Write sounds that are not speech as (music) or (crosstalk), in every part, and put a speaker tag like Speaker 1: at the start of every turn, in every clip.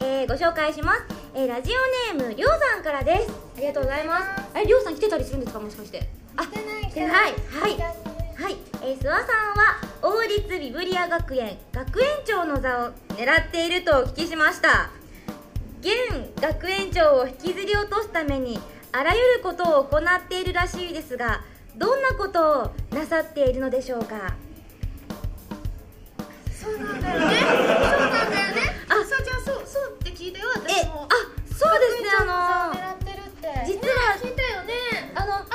Speaker 1: えーご紹介します、えーラジオネームりょうさんからですありがとうございますあれりょうさん来てたりするんですかもしかしてあ
Speaker 2: 来てない
Speaker 1: 来てないはい
Speaker 2: 来てない
Speaker 1: はい、えー、諏訪さんは王立ビブリア学園学園長の座を狙っているとお聞きしました現学園長を引きずり落とすためにあらゆることを行っているらしいですがどんなことをなさっているのでしょうか
Speaker 2: そうなんだよねそうなんだよね
Speaker 1: あ
Speaker 2: あそうじゃあそうそうって聞いたよ
Speaker 1: え
Speaker 2: 私
Speaker 1: あ
Speaker 2: も
Speaker 1: そうですねあの
Speaker 2: 狙ってるって
Speaker 1: 実は
Speaker 2: 聞いたよね
Speaker 1: あの
Speaker 2: あとあ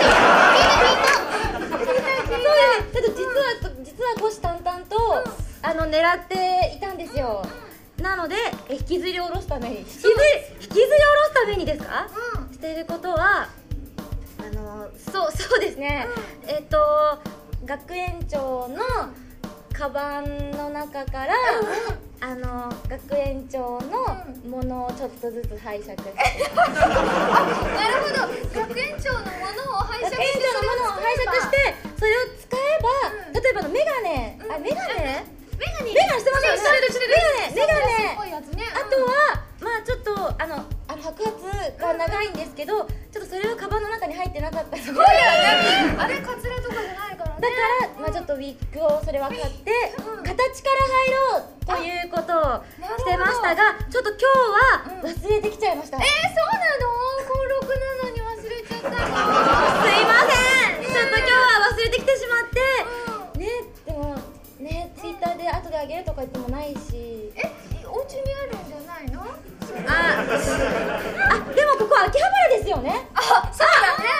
Speaker 2: はいはいうん
Speaker 1: そうねちょっと実は、実は虎視眈々と、あの狙っていたんですよ、なのでえ引きずり下ろすために引きずり引きずり下ろすためにですか、
Speaker 2: うん
Speaker 1: していることはあのそうそうですね、えっ、と学園長のカバンの中から、あの学園長のものをちょっとずつ拝借して
Speaker 2: なるほど学園長のものを拝
Speaker 1: 学
Speaker 2: 借
Speaker 1: 園
Speaker 2: して
Speaker 1: 長のものを拝借してそれを使えば、
Speaker 2: うん
Speaker 1: 例えばあのメガネ、
Speaker 2: うん
Speaker 1: あメガネ、
Speaker 2: メガ
Speaker 1: メ
Speaker 2: ネ
Speaker 1: ガネしてますよね
Speaker 2: してるしてる
Speaker 1: メガネメガネ
Speaker 2: そうそうそうっぽいやつね
Speaker 1: あとはまあちょっとあのあの白髪が長いんですけど、ちょっとそれはカバンの中に入ってなかったのでだか
Speaker 2: あれカツラとかじゃないからね
Speaker 1: ら、まあ、ちょっとウィッグをそれは買って、
Speaker 2: うん
Speaker 1: 形から入ろうということをしてましたがちょっと今日は忘れてきちゃいました、
Speaker 2: えー、そうなの高六なのに忘れちゃったの
Speaker 1: すいません、ちょっと今日は忘れてきてしまって、
Speaker 2: う
Speaker 1: ねでもねツイッターで後であげるとか言ってもないし
Speaker 2: えお家にあるんじゃないの
Speaker 1: ああでもここ秋葉原ですよねあ
Speaker 2: あそうだね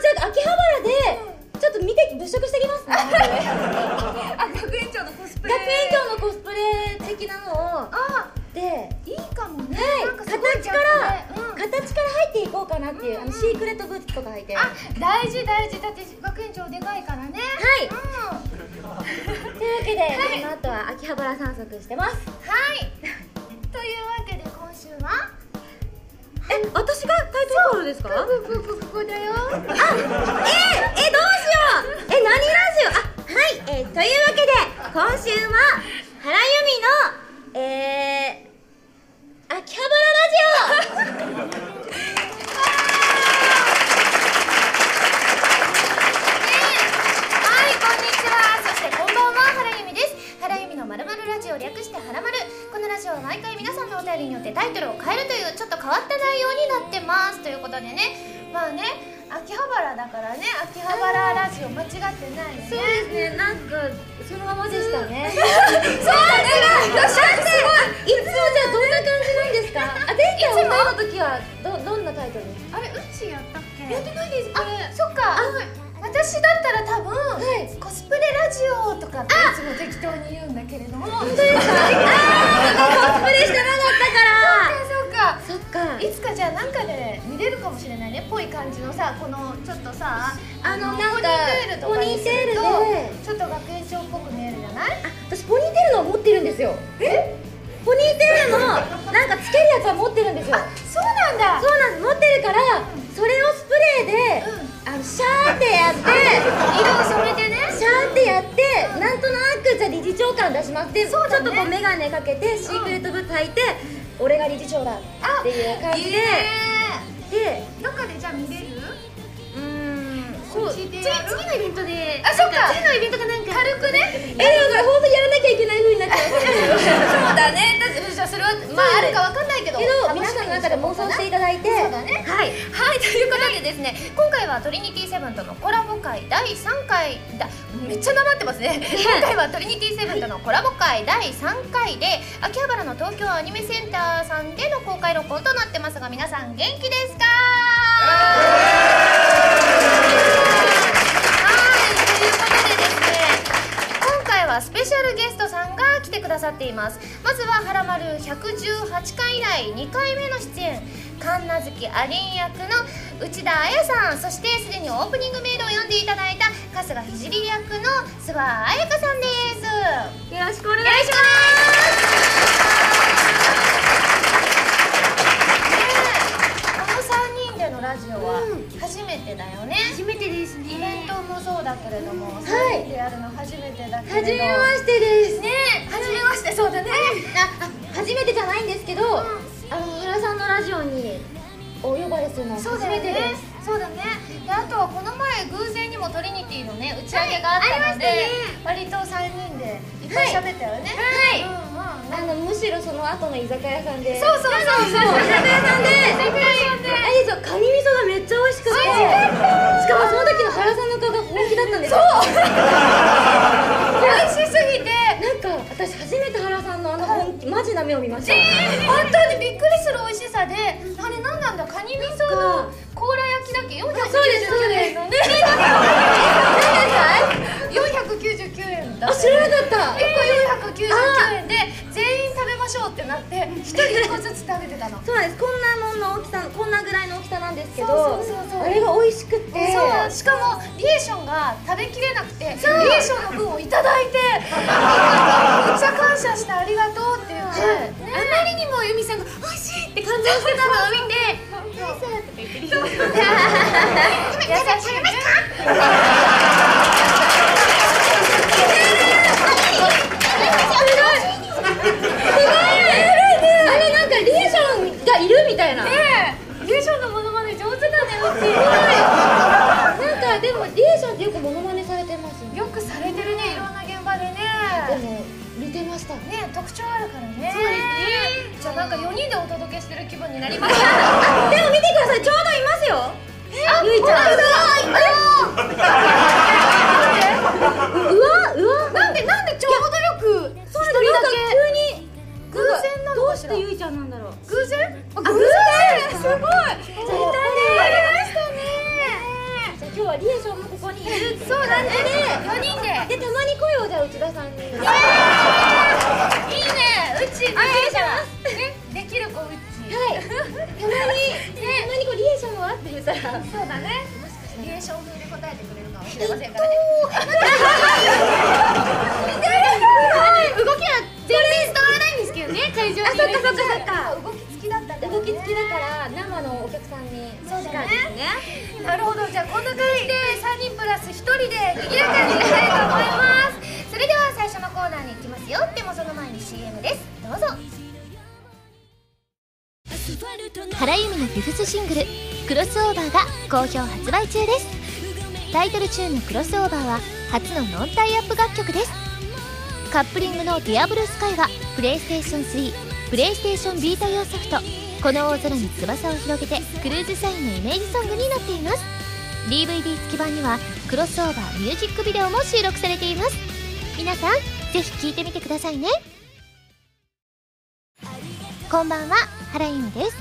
Speaker 1: じゃあ秋葉原でちょっと見て物色してきますね
Speaker 2: あ学園長のコスプ
Speaker 1: 学園
Speaker 2: レ
Speaker 1: 長のコスプレ的なのを
Speaker 2: あ
Speaker 1: で
Speaker 2: いいかもね、
Speaker 1: はい
Speaker 2: なんかす
Speaker 1: 形
Speaker 2: ごい
Speaker 1: か
Speaker 2: 逆
Speaker 1: ら
Speaker 2: でうん
Speaker 1: 形から入っていこうかなっていうあ
Speaker 2: うん
Speaker 1: のシークレットブーツとか履いて
Speaker 2: あ大事大事だって学園長でかいから
Speaker 1: は
Speaker 2: ね
Speaker 1: い
Speaker 2: うんは
Speaker 1: というわけでこの後は秋葉原散策してます
Speaker 2: い (laughs) というわけで今週は
Speaker 1: え私がタイトルコールですか
Speaker 2: ブブブブブだよ
Speaker 1: あえー、えどうしようえ何ラジオあはいえー、というわけで今週は原由美のえー、秋葉原ラジ
Speaker 2: はい、こんにちは。そしてこんばんは、原由美です。原由美のまるまるラジオ略してはらまる。このラジオは毎回皆さんのお便りによってタイトルを変えるというちょっと変わった内容になってます。ということでね、まあね、秋葉原だからね、秋葉原ラジオ間違ってないよ
Speaker 1: オ (laughs) そうです
Speaker 2: ね。
Speaker 1: ねなんかそのままでした (laughs) ね
Speaker 2: そうだね。
Speaker 1: いつもじゃあどんな感じなんですか (laughs) あ前回お会いの時はどどんなタイトルですか
Speaker 2: あれ、うちやったっけ？
Speaker 1: てないです
Speaker 2: あ、そっか。私だったら多分、コスプレラジオとかっていつも適当に言うんだけれども。本当ですか？
Speaker 1: コスプレしてなかっ
Speaker 2: そうか。
Speaker 1: たからそっか
Speaker 2: いつかじゃあなんかで見れるかもしれないねぽい感じのさこのちょっとさ
Speaker 1: あのなんか
Speaker 2: ポニーテールとか
Speaker 1: ポニー
Speaker 2: に
Speaker 1: テール
Speaker 2: するとちょっと学園長っぽく見えるじゃない
Speaker 1: あ私ポニーテールの持ってるんですよえポニーテールのなんかつけるやつは持ってるんですよ
Speaker 2: そうなんだ
Speaker 1: そうなんです持ってるからそれをスプレーで、あのシャーってやって
Speaker 2: 色を染めてね
Speaker 1: シャーってやってなんとなくじゃあ理事長感出しますで、
Speaker 2: そう
Speaker 1: ちょ
Speaker 2: だ
Speaker 1: っ
Speaker 2: ね
Speaker 1: とこう眼鏡かけてシークレットブーツ履いて、俺が理事長だっていう感じで
Speaker 2: いいね
Speaker 1: で
Speaker 2: どっかでじゃあ見れる
Speaker 1: うーんそう
Speaker 2: ち
Speaker 1: 次
Speaker 2: で
Speaker 1: 次
Speaker 2: やる
Speaker 1: のイベントで
Speaker 2: あそっか
Speaker 1: なん次のイベントかなんか
Speaker 2: 軽く
Speaker 1: え
Speaker 2: ね
Speaker 1: でもこれ本当にやらなきゃいけない風になっちゃいますけど
Speaker 2: (laughs) そうだねだってじゃあそれはまああるかわかんないけど
Speaker 1: けど皆さんの中で妄想していただいて
Speaker 2: そうだね
Speaker 1: はい
Speaker 2: はいということでですね、今回はトリニティセブンとのコラボ会第3回だめっちゃなまってます (laughs) ね今回はトリニティセブンとのコラボ会第3回で秋葉原の東京アニメセンターさんでの公開録音となってますが皆さん元気ですかはいということでですね今回はスペシャルゲストさんが来てくださっていますまずは「はらまる118回以来2回目の出演神奈月アリン役の内田彩さんそしてすでにオープニングメールを読んでいただいた春日ひじり役の諏訪彩香さんですよ
Speaker 1: よろしくお願い
Speaker 2: ろ
Speaker 1: し
Speaker 2: しくお願いしますねえこの3人でのラジオは
Speaker 1: うん
Speaker 2: 初めてだよね、
Speaker 1: ます初めてです
Speaker 2: イベントもそうだけれども、
Speaker 1: い
Speaker 2: 3人でやるの初めてだけ
Speaker 1: 初
Speaker 2: れど
Speaker 1: めましてです
Speaker 2: ね初めましてそうだね
Speaker 1: あ、あ初めお呼ばれするのは
Speaker 2: そう
Speaker 1: 初
Speaker 2: だ
Speaker 1: め
Speaker 2: よ
Speaker 1: て
Speaker 2: ね
Speaker 1: です
Speaker 2: そうだねであとはこの前偶然にもトリニティのね打ち上げがあっ
Speaker 1: はい
Speaker 2: た
Speaker 1: ありました
Speaker 2: ので、
Speaker 1: ね
Speaker 2: 割と3人でいっぱい喋ったよね
Speaker 1: はい
Speaker 2: うんうん
Speaker 1: あのむしろその後の居酒屋さんで
Speaker 2: そうそうそうそう
Speaker 1: 居酒屋さんで
Speaker 2: 居
Speaker 1: あれですよ
Speaker 2: 酒屋さんで
Speaker 1: カニ味噌がめっちゃ美味しくてしかもその時の原さんの顔が本気だったんですよ
Speaker 2: 美味しすぎて
Speaker 1: なんか私初めて原さんのあの本気マジな目を見ました
Speaker 2: (laughs) 本当にびっくりする美味しさであれ何なんだカニ味噌の甲羅焼きだっけ499円のね499円だ
Speaker 1: あ知らなかった
Speaker 2: 1個499円で全員食べましょうってなって1人1個ずつ食べてたの
Speaker 1: そうなんですこんなもんの大きさこんなぐらいの大きさなんですけど
Speaker 2: そうそうそうそう
Speaker 1: あれが美味しくて
Speaker 2: そうしかもリエーションが食べきれなくてリエーションの分をいただいてめっちゃ感謝してありがとうって言って、あまりにも由美さんが「美味しい!」って感動してたのを見て「 (laughs) 美味しい!」って言って優しい (laughs)
Speaker 1: あれなんかリエーションがいるみたいな、
Speaker 2: リエーションのものまね上手だねう
Speaker 1: なんかでもリエーションってよくモノマネされてますね
Speaker 2: ちよくされてるねいろんな現場でね
Speaker 1: でも似てましたね
Speaker 2: ね特徴あるからねそうですねじゃあなんか4人でお届けしてる気分になりました
Speaker 1: あでも見てくださいちょうどいますよ
Speaker 2: あ
Speaker 1: ゆいちゃんううわうわ
Speaker 2: なんでなんでちょうどよく一人だ
Speaker 1: け急に
Speaker 2: 偶然なのかしら
Speaker 1: どうしてゆいちゃんなんだろう
Speaker 2: け偶然あ
Speaker 1: 偶
Speaker 2: 偶
Speaker 1: 然
Speaker 2: 然すごい
Speaker 1: い
Speaker 2: い
Speaker 1: たね
Speaker 2: ましたね
Speaker 1: じゃあ今日はリエーションもここにいるって
Speaker 2: そうだね4人で
Speaker 1: でたまに声をじゃあ内田さんに
Speaker 2: いいねうちできるからねできる子うち
Speaker 1: は
Speaker 2: (laughs)
Speaker 1: い、たまに、たまにこうリエーションはって言ったら、そう
Speaker 2: そうだねリエーション風で答えてくれるかもしれませんからね動きは全然伝わらないんですけどね会場にいる人
Speaker 1: あそっかそっかそっ
Speaker 2: 動き付きだったからね
Speaker 1: 動き付きだから生のお客さんに
Speaker 2: そうだね
Speaker 1: 近いですね。
Speaker 2: なるほどじゃあこんな感じで3人プラス1人で賑やかにいきたいと思いますそれでは最初のコーナーに行きますよでもその前に CM ですどうぞ
Speaker 3: 原由美のフィフスシングル「クロスオーバー」が好評発売中ですタイトルチューンの「クロスオーバー」は初のノンタイアップ楽曲ですカップリングの「ディアブルスカイはプレイステーション3プレイステーションビータ用ソフト「この大空に翼を広げて」クルーズサインのイメージソングになっています DVD 付き版にはクロスオーバーミュージックビデオも収録されています皆さんぜひ聴いてみてくださいねこんばんは原由美です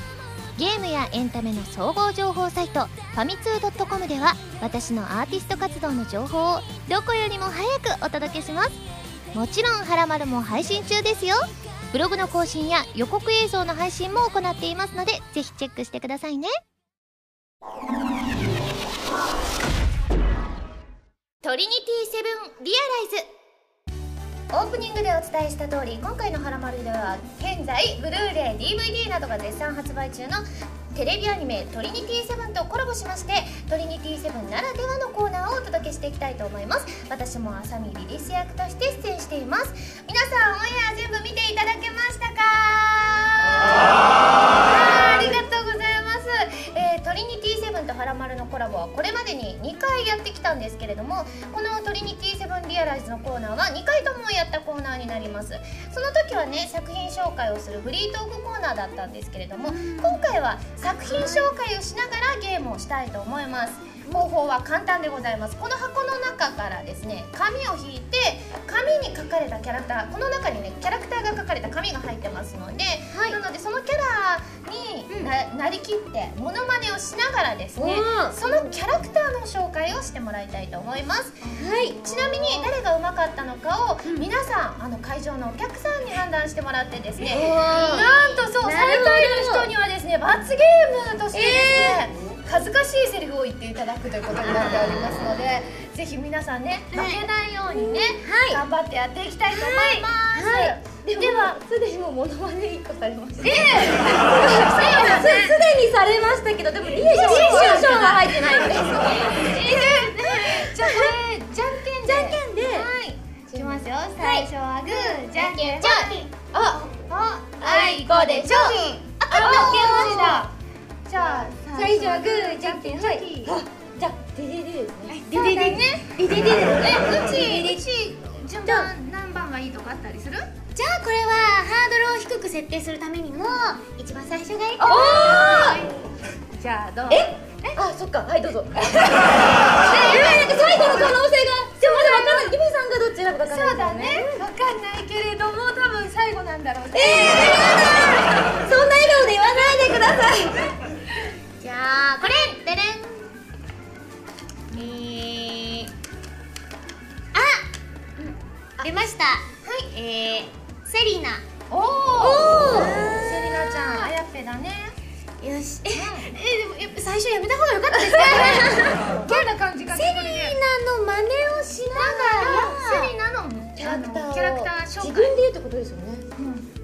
Speaker 3: ゲームやエンタメの総合情報サイトファミツー .com では私のアーティスト活動の情報をどこよりも早くお届けしますもちろん「はらまる」も配信中ですよブログの更新や予告映像の配信も行っていますのでぜひチェックしてくださいね「トリニティセブンリアライズ」
Speaker 2: オープニングでお伝えした通り今回の「はらまる」では現在ブルーレイ DVD などが絶賛発売中のテレビアニメ「トリニティセブン」とコラボしまして「トリニティセブン」ならではのコーナーをお届けしていきたいと思います私も浅見リリス役として出演しています皆さんオンエア全部見ていただけましたかあーありがとうございます、えートリニティセブンとハラマルのコラボはこれまでに2回やってきたんですけれどもこのトリニティセブンリアライズのコーナーは2回ともやったコーナーになりますその時はね作品紹介をするフリートークコーナーだったんですけれども今回は作品紹介をしながらゲームをしたいと思います方法は簡単でございますこの箱の中からですね紙を引いて紙に書かれたキャラクターこの中にねキャラクターが書かれた紙が入ってますので、なのでそのキャラにな,、りきってモノマネをしながらですね
Speaker 1: おー
Speaker 2: そのキャラクターの紹介をしてもらいたいと思います
Speaker 1: はい、
Speaker 2: ちなみに誰がうまかったのかを皆さんあの会場のお客さんに判断してもらってですねなんとそう
Speaker 1: なるほ
Speaker 2: 最
Speaker 1: ど
Speaker 2: 下位の人にはですね罰ゲームとしてですね、恥ずかしいセリフを言っていただくということになっておりますのでぜひ皆さんね負けないようにね、
Speaker 1: はい
Speaker 2: 頑張ってやっていきたいと思います、
Speaker 1: で
Speaker 2: では
Speaker 1: はすでにもうモノマネ一個されました。
Speaker 2: え
Speaker 1: すすでにされましたけど、でもリエーションリエーションは入ってないです。
Speaker 2: えじゃあこれじゃんけんで
Speaker 1: じゃんけんで
Speaker 2: はいいきますよ最初はグーじゃんけんぽんああいこでちょんあっ負けましたじゃあ
Speaker 1: 最初はグーじゃんけんはいあじゃあデデデですねデデデねデデデですね
Speaker 2: えうちうち順番何番がいいとかあったりする
Speaker 4: じゃあこれはハードルを低く設定するためにも一番最初がいいかな
Speaker 2: じゃあどう
Speaker 1: えあそっかはいどう
Speaker 2: (laughs)
Speaker 1: ぞえなんか最後の可能性がでもまだわかんないゆめさんがどっち選ぶかわかんない
Speaker 2: そうだねわかんないけれども多分最後なんだろう
Speaker 1: えー、やだーそんな笑顔で言わないでください
Speaker 4: じゃあこれでれんえー、あ、うん出ましたはいえー、セリナ
Speaker 2: おおセリナちゃんあやっぺだね
Speaker 4: よしえ、えでもやっぱ最初やめた方が良かった
Speaker 2: (laughs)
Speaker 4: ですね
Speaker 2: 変な感じがする
Speaker 4: セ
Speaker 2: ね
Speaker 4: リナの真似をしながら
Speaker 2: セリナの
Speaker 1: キャラクターを
Speaker 2: キャラクター紹介
Speaker 1: 自分で言うってことですよね、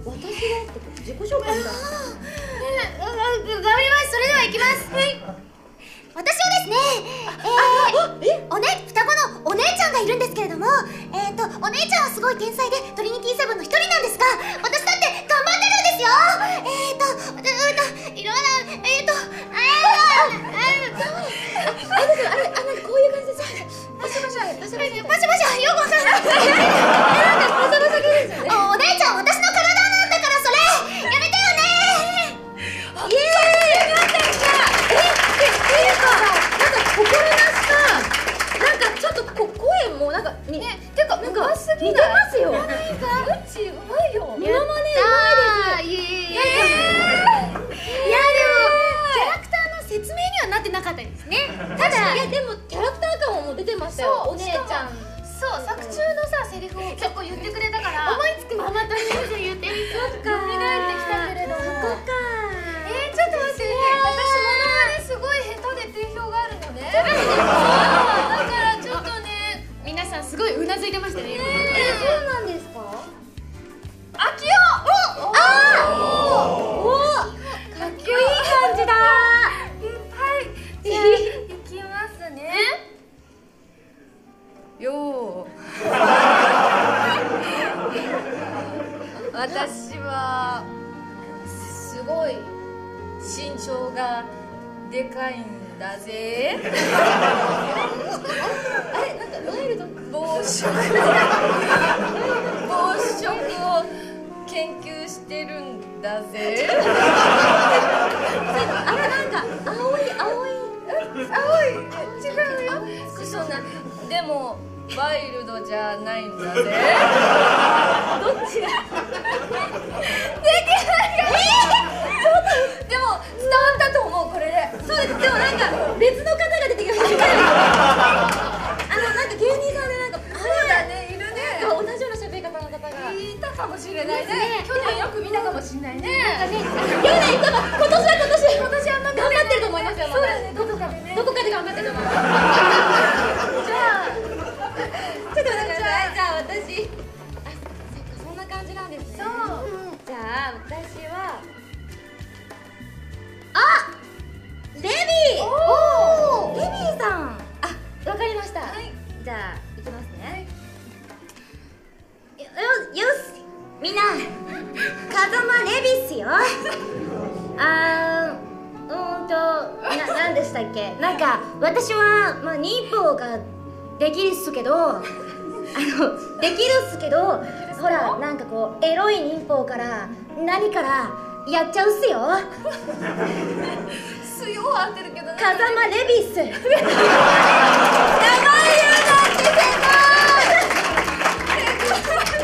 Speaker 1: 私がってこと自己紹介みたいな
Speaker 4: ううう頑張りますそれではいきます私はですねえーおね双子のお姉ちゃんがいるんですけれどもえっ、とお姉ちゃんはすごい天才でトリニティセブンの一人なんですが私だって頑張ってるんですよえっ、とううといろんなえっ、とああああれあれこういう感じですパシャパシャパシャパシャよくわからないなんかパシャパシャですよねお姉ちゃん私の体なんだからそれやめてよね
Speaker 1: イエーイやりましたええっていうかなんか心なしかなんかちょっとこ声もなんかねてかなんかすぎ似てますよなんかうちうまいよモノマネ
Speaker 4: あーいえいえい
Speaker 1: いや
Speaker 4: キャラクターの説明にはなってなかったですね
Speaker 1: でもただいやでもキャラクター感も出てましたよお姉ちゃん
Speaker 2: そう作中のさセリフを結構言ってくれたから
Speaker 4: 思いつくままとりあえず言ってみて
Speaker 2: 蘇ってきたけれども
Speaker 1: か
Speaker 2: えー、ちょっと待って、私モノマネすごい下手で定評があるのね。だからちょっとね、
Speaker 4: 皆さんすごいうなずいてましたね
Speaker 1: えそうなんですか
Speaker 2: あきお、あ、
Speaker 1: かっこいい感じだ
Speaker 2: はい、じゃあ行きますね。
Speaker 1: よう私はすごい身長がでかいんだ
Speaker 2: (laughs)
Speaker 1: ぜあれなんかワイルド暴食暴食を研究してるんだぜあれなんか青い青い違うよそんなでもワイルドじゃないんだぜどっちだできないよえー、でも伝わったと思うこれでそうですでもなんか別の方が出てきましたあのなんか芸人さんでなんかそうだねいるね同じような喋り方の方が
Speaker 2: いたかもしれないね。去年よく見たかもしれないね。
Speaker 1: 去年、多分今年は今年今年は頑張ってると思いますよ、まだどこかでどこかで頑張ってると思いますじゃあちょっと待ってくださいじゃあ私あ、そっか、そんな感じなんですねそうじゃあ私はあレビーおーレビーさんあ、わかりましたじゃあ、いきますねよ、よしみんな風間レビっすよあーうーんとな何でしたっけなんか私は、まあ、忍法ができるっすけどあのできるっすけどほらなんかこうエロい忍法から何からやっちゃうっす
Speaker 2: (laughs)
Speaker 1: よ
Speaker 2: 水曜合ってるけどね。
Speaker 1: 風間レビっ
Speaker 2: (laughs)
Speaker 1: すやばいよだって先輩 (laughs) はい、名前言
Speaker 2: 名前だね。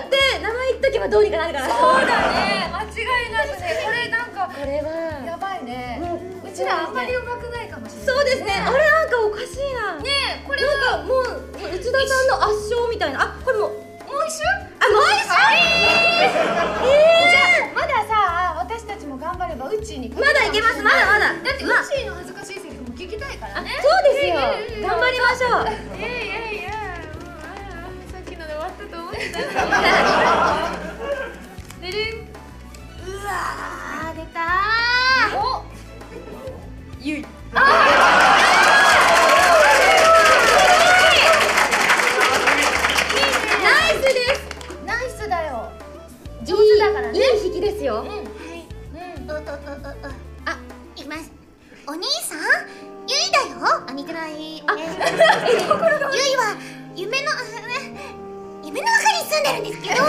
Speaker 1: って名前言っとけばどうにかなるから
Speaker 2: そうだね。間違いなくね。これなんか
Speaker 1: これは
Speaker 2: やばいね。
Speaker 1: うん
Speaker 2: うちらあんまり上手くないかもしれない。
Speaker 1: そうですね。あれなんかおかしいな。ね
Speaker 2: ねえ、これは
Speaker 1: なんかもう内田さんの圧勝みたいな。あ、これもう
Speaker 2: もう一周？
Speaker 1: あもう一緒。
Speaker 2: じ
Speaker 1: え
Speaker 2: ゃあまださ、私たちも頑張れば宇宙に。
Speaker 1: えー。まだいけます。まだまだ。
Speaker 2: だってウ
Speaker 1: まあ
Speaker 2: ッシーの恥ずかしいセリフも聞きたいからね
Speaker 1: そうですよ
Speaker 2: うんうん。
Speaker 1: 頑張りましょう。
Speaker 2: いやいやいやうんあーさっきので終わったと思ってたでるん
Speaker 4: あー出たー
Speaker 2: お
Speaker 1: ゆい。
Speaker 2: ナイスだよ
Speaker 1: 上手だ
Speaker 2: だからね
Speaker 1: いい引きですよ、
Speaker 2: うんうん
Speaker 4: ううううう
Speaker 1: あ
Speaker 4: いきますお兄さんゆいだよあ似てないあゆいは夢のあ夢の中に住んでるんですけどあ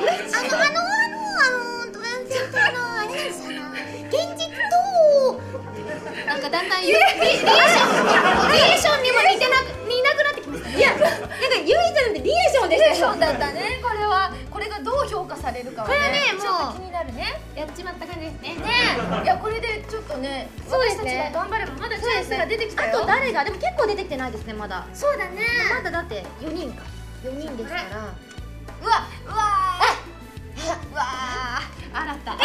Speaker 4: のあのあのあのあのなんて言ったらいいのあれなんですよあの現実と
Speaker 2: なんかだんだんリリエーションリエーションにも似てなく似なくなってきましたね
Speaker 1: いやなんかゆいじゃなくてリエーションでしたよ
Speaker 2: だったねこれはこれがどう評価されるかはね
Speaker 4: これはねもう
Speaker 2: ちょっと気になるね
Speaker 4: やっちまった感じですね
Speaker 2: ねいやこれでちょっとね
Speaker 1: そうで
Speaker 2: 私
Speaker 1: す
Speaker 2: たち
Speaker 1: ね
Speaker 2: が頑張ればまだチャンスが出てきた
Speaker 1: あ
Speaker 2: よ
Speaker 1: と誰がでも結構出てきてないですねまだ
Speaker 4: そうだね
Speaker 1: まだだって4人か4人ですから
Speaker 2: うわうわうわあなた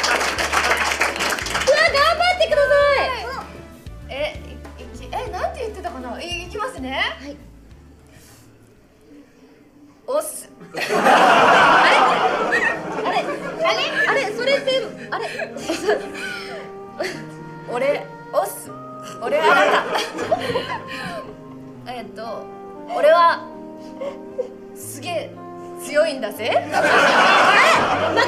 Speaker 1: うわ頑張ってください
Speaker 2: えいきえなんて言ってたかないいきますね
Speaker 1: はい
Speaker 2: おす
Speaker 1: あれあれあれそれってあれ
Speaker 2: 俺オス俺あ
Speaker 1: (laughs)
Speaker 2: なたえっと俺はすげえ強いんだ
Speaker 1: (laughs)
Speaker 2: ぜ
Speaker 1: また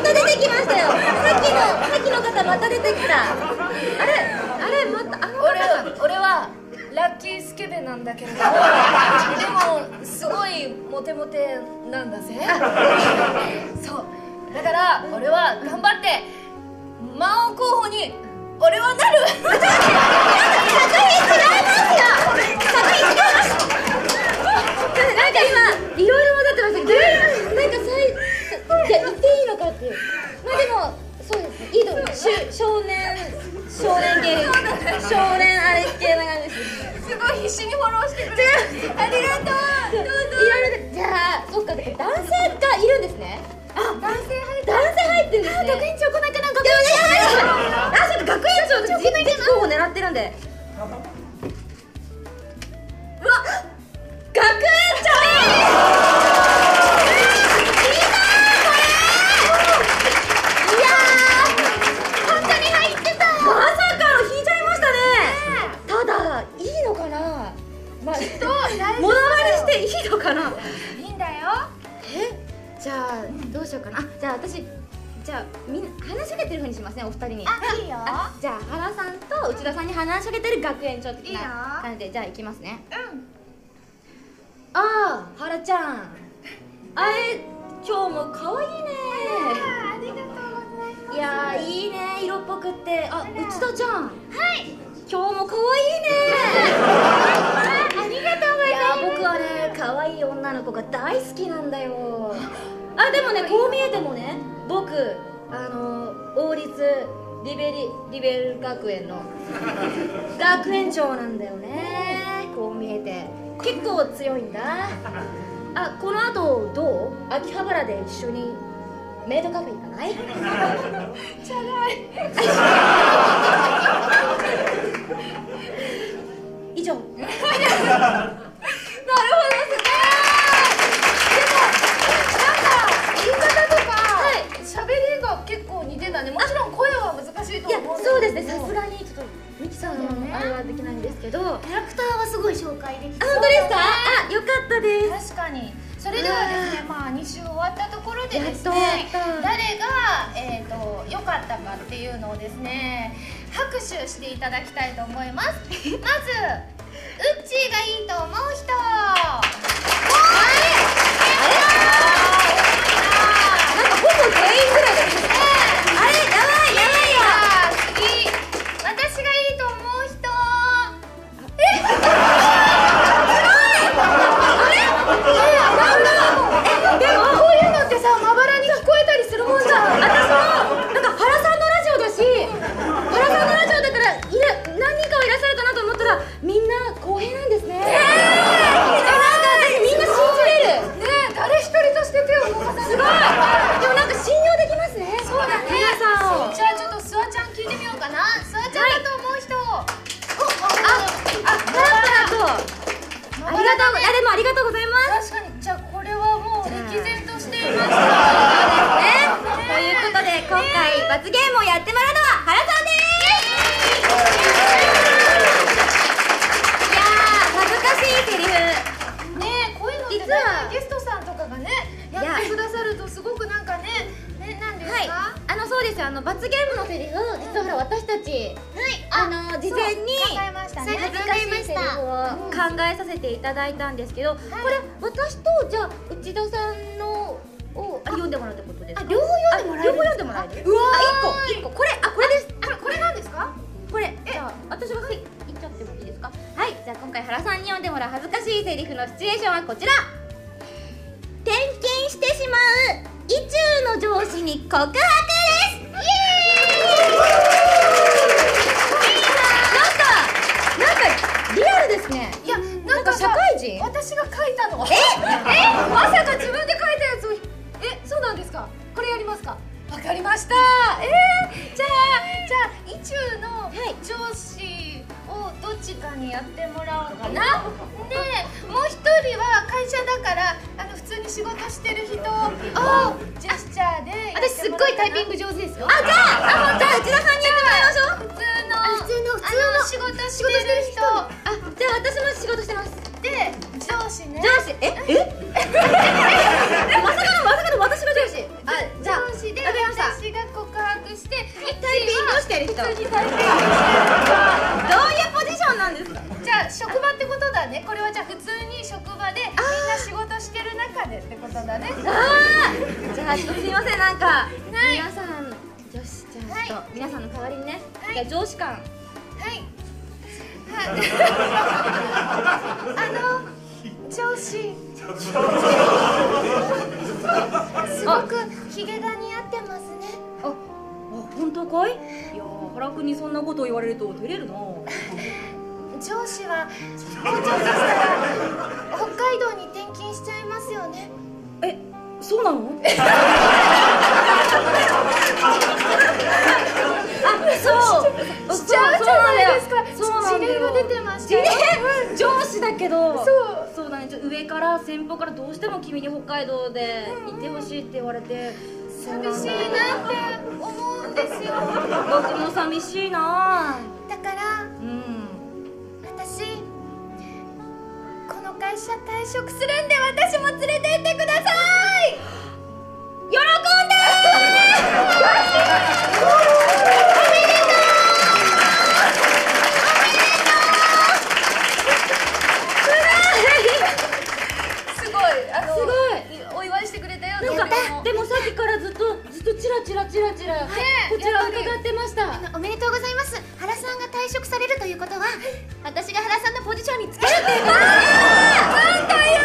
Speaker 1: 出てきましたよさっきのさっきの方また出てきたあれあれまたあの方
Speaker 2: 俺俺はラッキースケベなんだけれどでもすごいモテモテなんだぜ (laughs) そうだから俺は頑張って魔王候補に俺はなる
Speaker 1: なんか今いろいろ混ざってましたけどなんか最じゃあ言っていいのかっていうまあでもそうですねいいと思いますしゅ少年少年系少年あれ系な感じです
Speaker 2: すごい必死にフォローしてくれるありがとう
Speaker 1: いろいろでじゃあそっかだから男性がいるんですねあ男性入って男性入ってるんですね学園長来ないかな学園長あそうか学園長と人的候補狙ってるんでうわ学園長
Speaker 4: いやー本当に入ってた
Speaker 1: まさかの引いちゃいましたねただいいのかなまあきっとモノマネしていいのかない
Speaker 2: いんだよ
Speaker 1: えじゃあどうしようかなあじゃあ私じゃあみんな話しかけてるふうにしますねお二人に
Speaker 2: あいいよ
Speaker 1: あじゃあ原さんと内田さんに話しかけてる学園長的
Speaker 2: いいよ
Speaker 1: な感じでじゃあ行きますねああ原ちゃんあれ今日も可愛いね
Speaker 2: ありがとうございま
Speaker 1: いやーいいね色っぽくってあ内田ちゃん
Speaker 4: はい
Speaker 1: 今日も可愛いね
Speaker 4: あありがとうござ
Speaker 1: い
Speaker 4: い
Speaker 1: や
Speaker 4: ます
Speaker 1: ー僕はね可愛い女の子が大好きなんだよあでもねこう見えてもね僕あの王立リベリリベル学園の学園長なんだよねこう見えて結構強いんだあこの後どう秋葉原で一緒にメイドカフェ行かない以上
Speaker 2: なるほどすごいでもなんか言い方とか喋、りが結構似てたねもちろん声は難しい
Speaker 1: い
Speaker 2: と
Speaker 1: や
Speaker 2: 思うんだけど
Speaker 1: そうですねさすがにちょっとミキさんのあれはできないんですけどあ
Speaker 4: キャラクターはすごい紹介できた
Speaker 1: 本当ですかあよかったです
Speaker 2: 確かにそれではですねまあ2週終わったところでですね
Speaker 1: やっと終わった
Speaker 2: 誰がえっ、と良かったかっていうのをですね拍手していただきたいと思いますまずウッチーがいいと思う人
Speaker 1: なんかほぼ全員ぐらいが出てきたあれやばいやばいや
Speaker 2: あー次私がいいと思う人
Speaker 1: ばいでもこういうのってさまばらに聞こえたりするもんじゃん私もなんか原さんのラジオだし原さんのラジオだからいら何人かはいらっしゃるかなと思ったらみんな公平なんですねえなんか私みんな信じれるね誰一人として手を動かさないすごいでもなんか信用できますねそうだね皆さんを
Speaker 2: じゃあちょっとスワちゃん聞いてみようかなスワちゃんだと思う人、あ
Speaker 1: あなんかと
Speaker 2: あ
Speaker 1: あり
Speaker 2: あ
Speaker 1: がとうあれもありがとうございます
Speaker 2: 確かにじゃあこれはもう歴然としていま
Speaker 1: そうで
Speaker 2: し
Speaker 1: すね。ということで今回罰ゲームをやってもらうのは原さんです。イエーイ。
Speaker 2: た
Speaker 1: い事前に
Speaker 2: 考えましたね
Speaker 1: 難しいセリフを考えさせていただいたんですけど、これ私とじゃあ内田さんのをあれ読んでもらうってことですか
Speaker 4: あ両方読んでもらえ
Speaker 1: あ
Speaker 4: る
Speaker 1: 両方読んでもらえる
Speaker 4: うわ
Speaker 1: あ一個一個これあこれです
Speaker 2: あこれなんですか
Speaker 1: これじゃあ私がはい言っちゃってもいいですかはいじゃあ今回原さんに読んでもらう恥ずかしいセリフのシチュエーションはこちら転勤してしまう意中の上司に告白ですイエーイなんかなんかリアルですね
Speaker 2: いやなん
Speaker 1: なんか
Speaker 2: か
Speaker 1: 社会人
Speaker 2: 私が書いたのええまさか自分で書いたやつをえそうなんですかこれやりますかわかりましたえー、じゃあじゃあ意中の上司をどっちかにやってもらおうかなでもう一人は会社だからあの普通に仕事してる人をジェスチャーでやってもら
Speaker 1: 私すっご
Speaker 2: おうかな
Speaker 1: いタイピング上手ですよ
Speaker 2: あじゃああ
Speaker 1: じゃあ内田さんにやってもらいましょう
Speaker 2: 普通の
Speaker 4: 普通の普通
Speaker 2: あの仕事
Speaker 1: あじゃあ私も仕事し
Speaker 2: してる人
Speaker 1: てます
Speaker 2: で上司ね
Speaker 1: 上司ええまさかのまさかの私の上司あじゃあ
Speaker 2: 上司で
Speaker 1: わかりました
Speaker 2: 私が告白して
Speaker 1: タイピングをしてる人どういうポジションなんですか
Speaker 2: じゃあ職場ってことだねこれはじゃあ普通に職場でみんな仕事してる中でってことだね
Speaker 1: じゃあちょっとすいませんなんか、皆さんよしじゃあちょっと、皆さんの代わりにね、
Speaker 2: はい
Speaker 1: じゃあ上司感
Speaker 2: はいはいあの上司すごくヒゲが似合ってますね
Speaker 1: ああ本当かいいやー原君にそんなことを言われると照れるな
Speaker 2: 上司はもうちょっとしたら北海道に転勤しちゃいますよね
Speaker 1: えそうなの
Speaker 2: (laughs)
Speaker 1: あそう
Speaker 2: しちゃうじゃないですか
Speaker 1: そうなんだよ
Speaker 2: 事例が出てましたよ
Speaker 1: 事例上司だけど
Speaker 2: そう
Speaker 1: そうだねちょっと上から先方からどうしても君に北海道でいてほしいって言われて寂
Speaker 2: 寂しいなって思うんですよ
Speaker 1: 僕も寂しいな
Speaker 2: だから
Speaker 1: うん
Speaker 2: 私この会社退職するんで私も連れてってください
Speaker 1: 喜んで
Speaker 2: すごいあの
Speaker 1: す
Speaker 2: お祝いしてくれたよ
Speaker 1: なんかでもさっきからずっとずっとチラチラチラチラ、こちらを伺ってました
Speaker 4: おめでとうございます原さんが退職されるということは私が原さんのポジションにつけるっていうこと
Speaker 1: なんだよ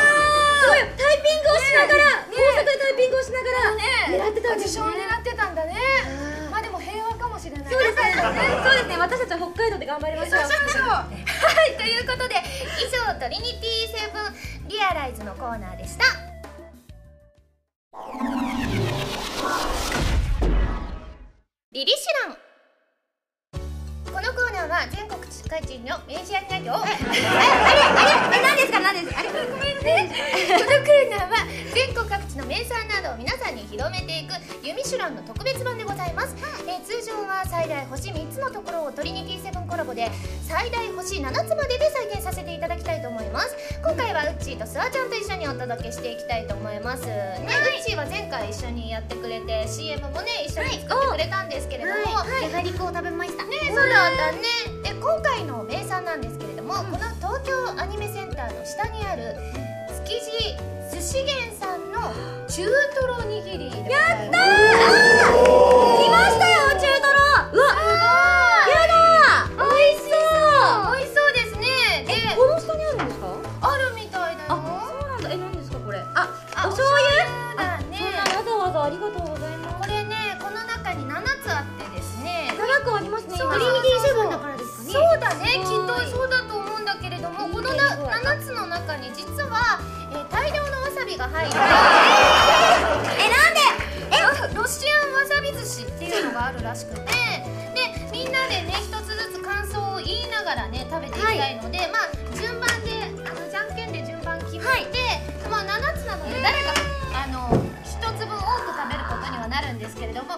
Speaker 1: そうよタイピングをしながら、工作でタイピングをしながら、狙ってたんですね
Speaker 2: を狙ってたんだねまあでも平和かもしれない
Speaker 1: そうですねそうですね私たちは北海道で頑張りましょう
Speaker 4: はい、ということで以上トリニティセブンリアライズのコーナーでした
Speaker 2: リリシランこのコーナーは全国地下人の明治屋な業を
Speaker 1: あれ何ですか何ですかあれ
Speaker 2: ごめんね。このコーナーは全国各地の名産などを皆さんに広めていくユミシュランの特別版でございます。えー通常は最大星3つのところをトリニティセブンコラボで最大星7つまでで再現させていただきたいと思います。今回はウッチーとスワちゃんと一緒にお届けしていきたいと思います。ね、ウッチーは前回一緒にやってくれて CM もね一緒に作ってくれたんですけれども、
Speaker 4: い、やはりこう食べましたね
Speaker 2: ねそうだったねで今回の名産なんですけれども、この東京アニメセンターの下にある築地寿司源さんの中トロ握りでや
Speaker 1: 来
Speaker 2: った
Speaker 1: ましたよ中トロうわやだ美味しそう
Speaker 2: 美味しそうですねで
Speaker 1: この下にあるんですか
Speaker 2: あるみたいだよ
Speaker 1: あそうなんだえ何ですかこれあ
Speaker 2: あ
Speaker 1: お醤油
Speaker 2: だね
Speaker 1: わざわざありがとうございま
Speaker 2: これねこの中に7つあってですね
Speaker 1: す長くありますね
Speaker 2: そう
Speaker 1: 今
Speaker 2: クリーム
Speaker 4: ブンだからです
Speaker 2: そうだねきっとそうだと思うんだけれどもこのな7つの中に実は、えー大量のわさびが入ってえなんでえロシアンわさび寿司っていうのがあるらしくてでみんなでね一つずつ感想を言いながらね食べていきたいので、まあ順番であのじゃんけんで順番決めて、まあ7つなので誰があの1つ分多く食べることにはなるんですけれども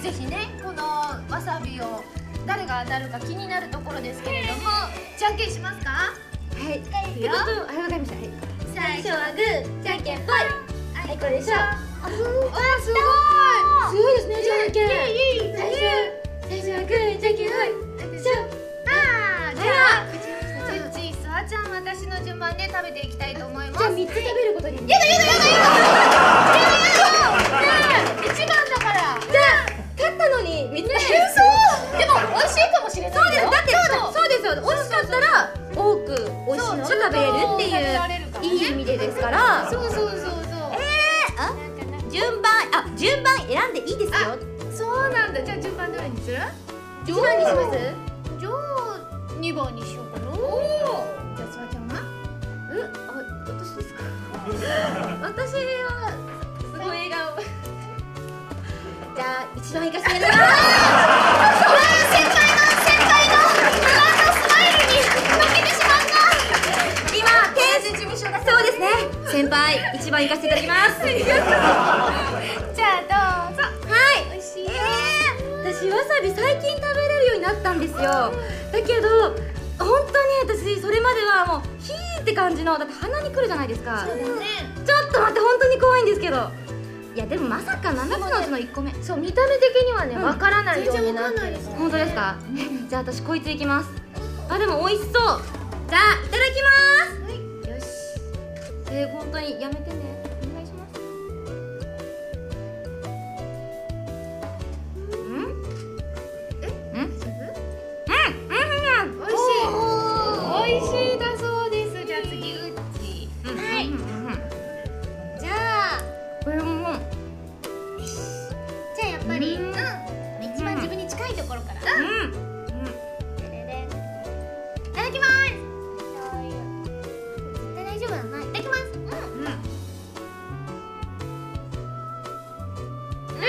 Speaker 2: ぜひねこのわさびを誰が当たるか気になるところですけれども、じゃんけんしますか
Speaker 1: はい
Speaker 2: いよ
Speaker 1: はいわかりましたはい
Speaker 2: 最初はグーじゃんけんぽいあいこでしょ
Speaker 1: あ
Speaker 2: わあす
Speaker 1: すごいですねじゃんけん
Speaker 2: ごい最初はグーじゃんけんぽいあいこでしょあ番で食べていきたいと思います
Speaker 4: じゃあ三つ食べることに
Speaker 2: やだやだやだやだやだやだねえ一番だから
Speaker 1: じゃあ勝ったのに3つだけ
Speaker 2: 嘘でも美味しいかもしれない
Speaker 1: そうですだって
Speaker 2: そう
Speaker 1: そうですよ美味しかったら多く美味しいのが食べれるって
Speaker 2: そう中華も食べられるからね
Speaker 1: いういい意味でですから
Speaker 2: そうそうそうそう
Speaker 1: あ順番あ順番選んでいいですよ
Speaker 2: あそうなんだじゃあ順番どれにする
Speaker 1: 順番にします
Speaker 2: じゃあ2番にしようかなじゃあすわちゃんは
Speaker 1: うあ私ですか私はすごい笑顔じゃあ一番いかせていただきます今定時事務所がそうですね先輩一番行かせていただきます
Speaker 2: じゃあどうぞ
Speaker 1: はい
Speaker 2: 美味しい
Speaker 1: えー、私わさび最近食べれるようになったんですよだけど本当に私それまではもうヒーって感じのだって鼻にくるじゃないですか
Speaker 2: そうだね
Speaker 1: ちょっと待って本当に怖いんですけどいやでもまさか7つのうちの1個目
Speaker 2: そう見た目的にはね
Speaker 1: うん
Speaker 2: わからない
Speaker 4: 全
Speaker 2: ように
Speaker 4: 然わ
Speaker 2: な
Speaker 4: か
Speaker 2: って
Speaker 4: んない
Speaker 2: る
Speaker 4: です
Speaker 1: 本当ですかえじゃあ私こいついきますあでも美味しそうじゃあいただきます
Speaker 2: はいよし
Speaker 1: えー、本当にやめてねお願いしますうんうんうんうん
Speaker 2: 美味しい美味しいだそうですじゃあ次うっち
Speaker 1: うんはい
Speaker 4: じゃあ
Speaker 1: これもうん
Speaker 4: じゃあやっぱり、
Speaker 1: うん
Speaker 4: うん、一番自分に近いところから、いただきます絶対大丈夫だないただきますうん
Speaker 1: うんう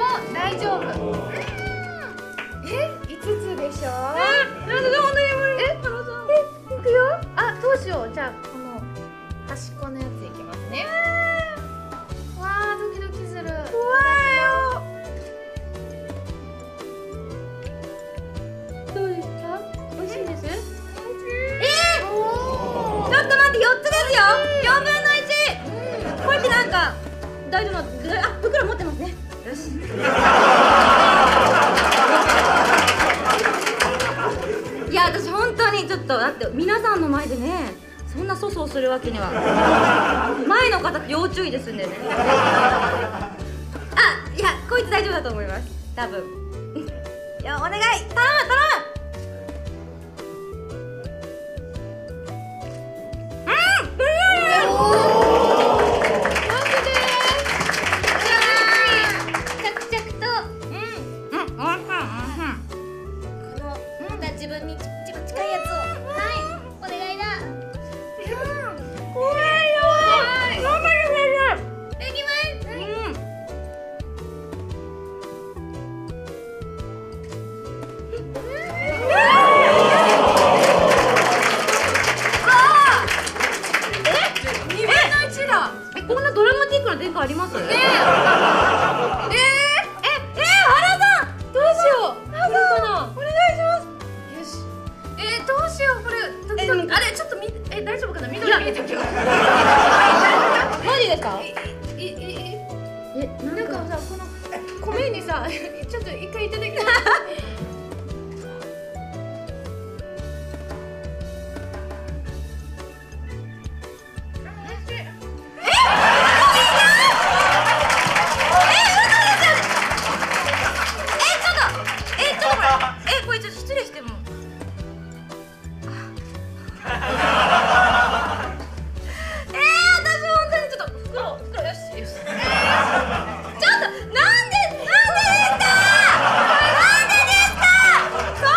Speaker 1: ん
Speaker 2: お大丈夫え5つでしょえいくよあどうしようじゃあこの端っこのやついきますねわあドキドキす
Speaker 1: 怖
Speaker 2: る
Speaker 1: いよどうですか美味しいですえー、ちょっと待って4つですよ4分の1これってなんか大丈夫なあ袋持ってますねよしいや私本当にちょっとだって皆さんの前でねそんな粗相するわけには前の方要注意ですんでねあいやこいつ大丈夫だと思います多分うんいやお願い頼む頼むうんブルー
Speaker 4: 着々と
Speaker 1: うんうんうん
Speaker 4: このまた自分に一番近いやつをはいお願いだ
Speaker 1: 怖いよ頑張れ
Speaker 4: いただきます
Speaker 1: 先生うん
Speaker 2: 2分の1だ
Speaker 1: えこんなドラマティックな展開ありますねええええ原さんどうしよう原さんお願いしま
Speaker 2: よしえー、どうしようこれ時
Speaker 1: え
Speaker 2: 々あれちょっとみえ大丈夫かな緑
Speaker 1: いや
Speaker 2: 見えてるけど
Speaker 1: す (laughs) マジですか
Speaker 2: いいいい
Speaker 1: え
Speaker 2: なんかさこの米にさちょっと一回いただきます
Speaker 1: えちょっとえちょっとこれえこれちょっと失礼してもあえー、私本当にちょっと袋袋よしよし、えー、ちょっとなんでなんでですかなんでです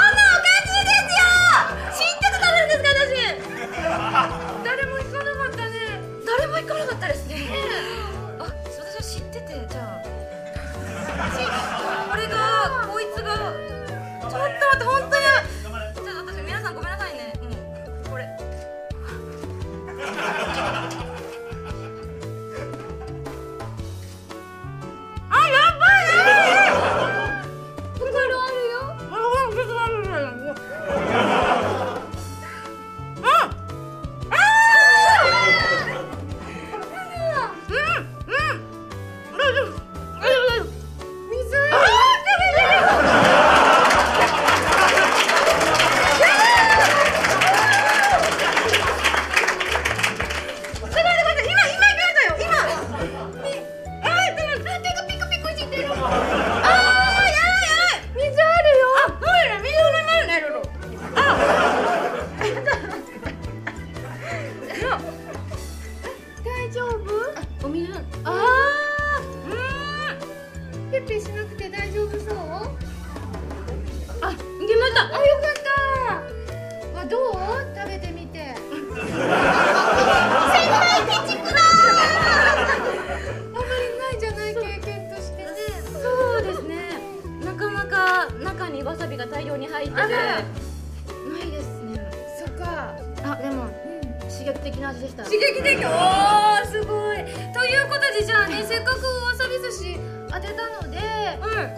Speaker 1: 刺激的な味でした
Speaker 2: 刺激的おーすごいということでじゃあねせっかくわさび寿司当てたので、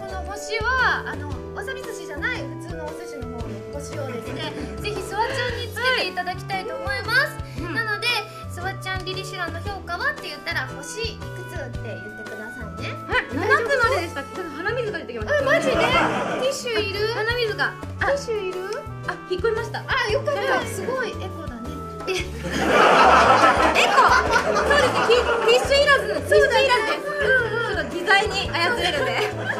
Speaker 2: この星はあのわさび寿司じゃない普通のお寿司の方の星をですねぜひすわちゃんにつけていただきたいと思います、
Speaker 1: うん
Speaker 2: なのですわちゃんリリシュランの評価はって言ったら星いくつって言ってくださいね
Speaker 1: はい七つまででしたちょっと鼻水が出てきました
Speaker 2: えマジでティッシュいる
Speaker 1: 鼻水が
Speaker 2: ティッシュいる
Speaker 1: あ引っ込みました
Speaker 2: あよかったすごいエコだね
Speaker 1: エコそうですねティッシュいらずティッシュいらずですちょっと自在に操れるんで
Speaker 2: 大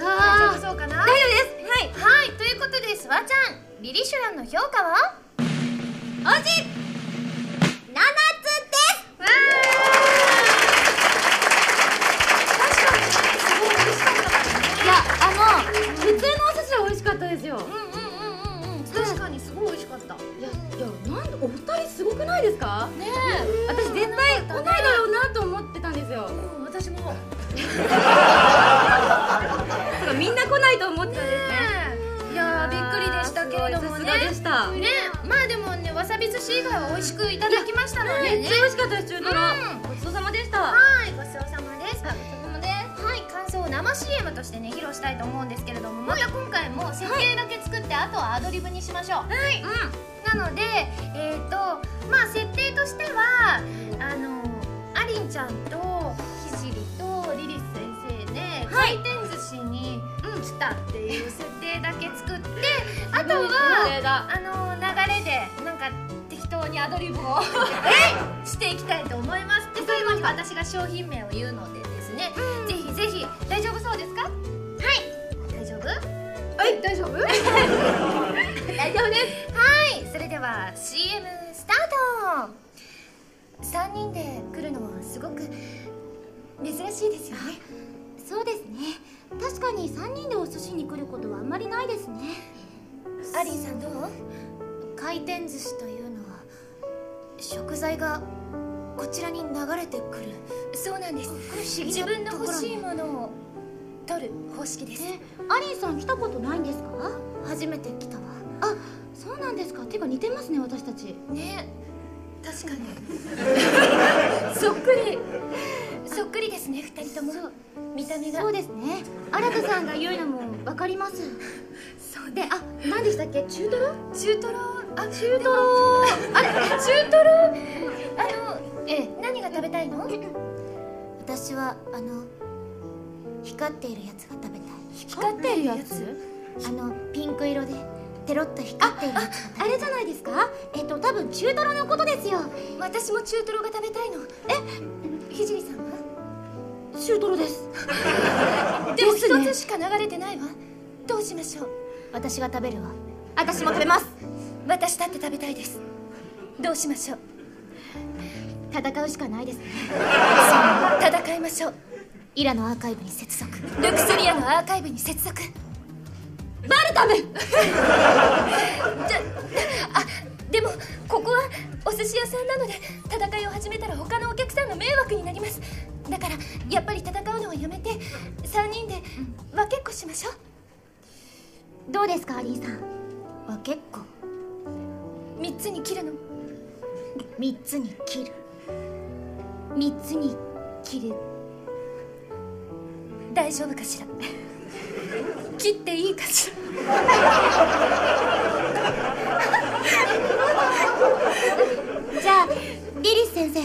Speaker 2: 丈夫そうか
Speaker 1: 大丈夫で
Speaker 2: な
Speaker 1: すはい
Speaker 2: はい、ということで、すわちゃん、リリシュランの評価は。
Speaker 4: おじ7つです
Speaker 2: わー確かに、すごい美味しかったからね。
Speaker 1: いやあの普通のお寿司は美味しかったですよ
Speaker 2: うんうんうんうんうん、確かに、すごい美味しかった。ね
Speaker 1: いやいやなんでお二人すごくないですか
Speaker 2: え、
Speaker 1: 私絶対来ないだろうなと思ってたんですよ
Speaker 2: うん私も。ね
Speaker 1: てかみんな来ないと思ってたんですね
Speaker 2: え、いやー、びっくりでしたけれども
Speaker 1: すごいさす
Speaker 2: ね
Speaker 1: が。でした
Speaker 2: ね、まあ、でもね、わさび寿司以外は美味しくいただきましたので
Speaker 1: めっ
Speaker 2: ね
Speaker 1: ちゃ。美味しかったです中トロ
Speaker 2: うん
Speaker 1: ごちそうさまでした
Speaker 2: はい、ごちそうさまです。はい、感想を生 CM としてね披露したいと思うんですけれども、また今回も設定だけ作って、あとはアドリブにしましょう。はい。なので、えっ、とまあ設定としてはあのアリンちゃんとひじりとリリス先生で、
Speaker 1: はい
Speaker 2: 回転寿司に来たっていう設定だけ作って、あ
Speaker 1: あ
Speaker 2: とは。
Speaker 1: だ
Speaker 2: あの流れでなんか適当にアドリブを (laughs) していきたいと思いますで最後に私が商品名を言うのでですね、ぜひぜひ大丈夫そうですかはい大丈夫はい大 (laughs) 丈夫大丈夫ですはいそれでは CM スタート3人で来るのはすごく珍しいですよね
Speaker 4: そうですね確かに3人でお寿司に来ることはあんまりないですね
Speaker 2: アリンさんどう
Speaker 4: 回転寿司というのは食材がこちらに流れてくる
Speaker 2: そうなんです
Speaker 4: 不思議
Speaker 2: 自
Speaker 4: な
Speaker 2: 分の
Speaker 4: ところ
Speaker 2: 欲しい
Speaker 4: ね
Speaker 2: ものを取る方式です
Speaker 4: アリンさん来たことないんですか初めて来たわあそうなんですかてか似てますね私たち
Speaker 2: ね確かにそっくりそっくりですね二人とも見た目が
Speaker 4: そうですね新さんが言うのもわかります
Speaker 2: そう
Speaker 4: であ何でしたっけ中トロ
Speaker 2: 中トロあ中トロあれ中トロあのえ何が食べたいの
Speaker 4: 私はあの光っているやつが食べたい
Speaker 2: 光ってるやつ
Speaker 4: あのピンク色でテロッと光っているやつあれじゃないですかえっと多分中トロのことですよ
Speaker 2: 私も中トロが食べたいのえひじりさんは
Speaker 4: 中トロ
Speaker 2: (laughs)
Speaker 4: です
Speaker 2: でも一つしか流れてないわどうしましょう
Speaker 4: 私が食べるわ私も食べます
Speaker 2: 私だって食べたいですどうしましょう
Speaker 4: 戦うしかないですね
Speaker 2: 戦いましょう
Speaker 4: イラのアーカイブに接続
Speaker 2: ルクスリアのアーカイブに接続
Speaker 4: バルタム
Speaker 2: (laughs) じゃあでもここはお寿司屋さんなので戦いを始めたら他のお客さんの迷惑になりますだからやっぱり戦うのはやめて3人で分けっこしましょ
Speaker 4: どうですかアリンさんは結構
Speaker 2: う3つに切るの
Speaker 4: 3つに切る3つに切る
Speaker 2: 大丈夫かしら切っていいかしら
Speaker 4: じゃあリリス先生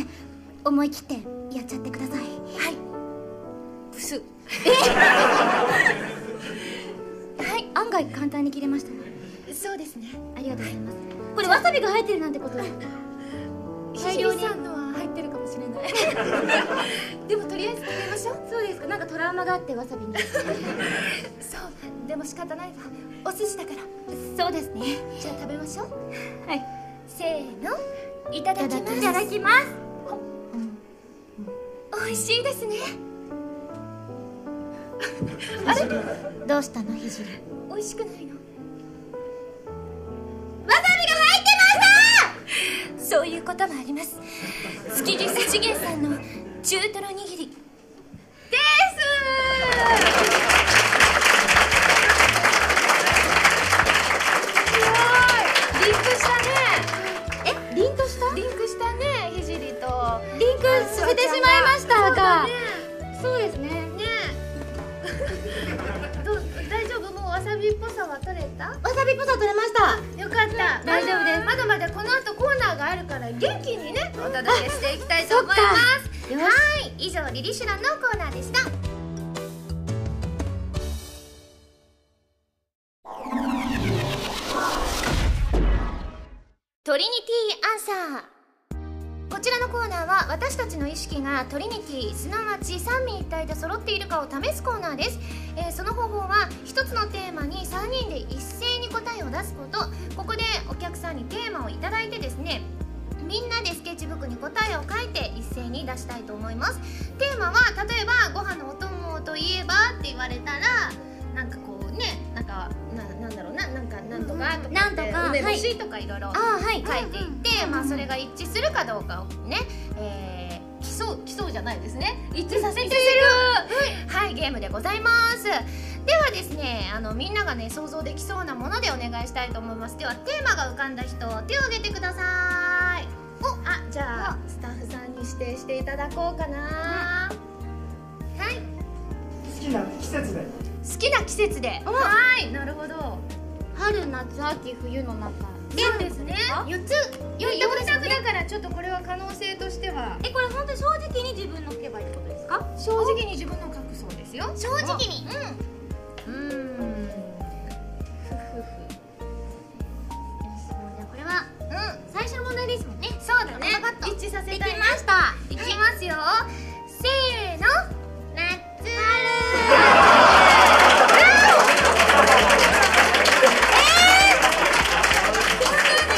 Speaker 4: 思い切ってやっちゃってください
Speaker 2: はいブス
Speaker 4: はい案外簡単に切れましたね
Speaker 2: そうですね
Speaker 4: ありがとうございますこれわさびが入ってるなんてこと
Speaker 2: 大量にさんのは入ってるかもしれないでもとりあえず食べましょう
Speaker 4: そうですかなんかトラウマがあってわさびに
Speaker 2: (laughs) そうでも仕方ないわお寿司だから
Speaker 4: そうですね
Speaker 2: じゃあ食べましょう
Speaker 4: はい
Speaker 2: せーのいただきます
Speaker 4: いただきます
Speaker 2: 美味しいですね
Speaker 4: どうしたのひじり
Speaker 2: 美味しくないのわさびが入ってましたそういうこともありますスキリスチゲンさんの中トロ握りですすごいリップしたね
Speaker 1: せてしまいましたがそうですね
Speaker 2: ねえ (laughs) どう大丈夫もうわさびっぽさは取れた
Speaker 1: わさびっぽさ取れました
Speaker 2: よかった、
Speaker 1: 大丈夫です
Speaker 2: まだまだこの後コーナーがあるから元気にねお届けしていきたいと
Speaker 1: そっ
Speaker 2: 思い
Speaker 1: か
Speaker 2: ます
Speaker 1: よし
Speaker 2: はい以上リリシュランのコーナーでした
Speaker 4: トリニティアンサーこちらのコーナーは私たちの意識がトリニティすなわち三位一体で揃っているかを試すコーナーです、えーその方法は一つのテーマに3人で一斉に答えを出すことここでお客さんにテーマをいただいてですねみんなでスケッチブックに答えを書いて一斉に出したいと思いますテーマは例えばご飯のお供といえばって言われたらなんかこうねなんかななんだろうななんかなんとかとかって
Speaker 1: なんとか
Speaker 4: 梅干し
Speaker 2: とかいろいろ
Speaker 4: あーはい
Speaker 2: 書いていって、まあ、それが一致するかどうかをね、えー、競う競うじゃないですね一致させている、はい、ゲームでございますではですねあのみんながね想像できそうなものでお願いしたいと思いますではテーマが浮かんだ人手を挙げてくださいおあじゃあスタッフさんに指定していただこうかな、はい
Speaker 5: 好きな季節で
Speaker 2: 好きな季節ではいなるほど
Speaker 1: 春夏秋冬の中
Speaker 2: そうですね
Speaker 4: 4つ
Speaker 2: 4択だからちょっとこれは可能性としては
Speaker 1: えこれ本当に正直に自分の書けばいいってことですか
Speaker 2: 正直に自分の書くそうですよ
Speaker 4: 正直にうん
Speaker 1: うーん
Speaker 4: もうじゃあこれは、うん、最初の問題ですもんね
Speaker 2: そうだね
Speaker 4: パパパッと
Speaker 2: 一致させた
Speaker 4: で
Speaker 2: い
Speaker 4: き
Speaker 2: ね
Speaker 4: ました
Speaker 2: いきますよせーの
Speaker 4: 夏
Speaker 2: え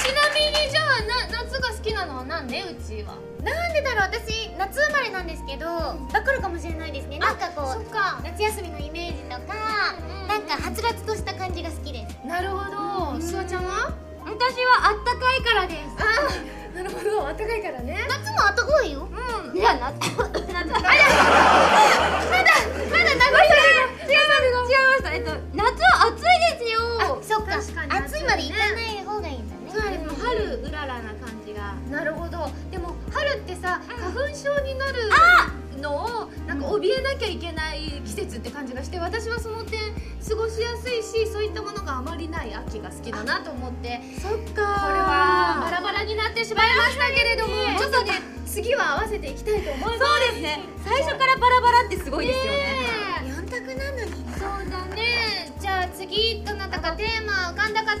Speaker 2: ちなみにじゃあな夏が好きなのはなんでうちは
Speaker 4: なんでだろう私夏生まれなんですけどだからかもしれないですねなんかこ
Speaker 2: そっ
Speaker 4: う
Speaker 2: か
Speaker 4: 夏休みのイメージとか、
Speaker 2: うんうん
Speaker 4: なんかはつらつとした感じが好きです
Speaker 2: なるほどすわちゃんは
Speaker 1: 私はあったかいからです
Speaker 2: あーなるほど暖かいからね
Speaker 4: 夏もあったかいようんじゃあ夏
Speaker 1: 違います違いましたえっと夏は暑いですよ
Speaker 4: あそっか
Speaker 2: 確かに夏
Speaker 4: 暑いまで行かない方がいいんだね
Speaker 1: そうです春うららな感じが
Speaker 2: なるほどでも春ってさ花粉症になるのをなんか怯えなきゃいけない季節って感じがして私はその点過ごしやすいしそういったものがあまりない秋が好きだなと思って
Speaker 1: そっかこれ
Speaker 2: これはバラバラになってしまいましたけれどもちょっとね次は合わせていきたいと思います
Speaker 1: そうですね最初からバラバラってすごいですよね
Speaker 4: 4択なのに
Speaker 2: そうだねじゃあ次どなたかテーマ浮かんだ方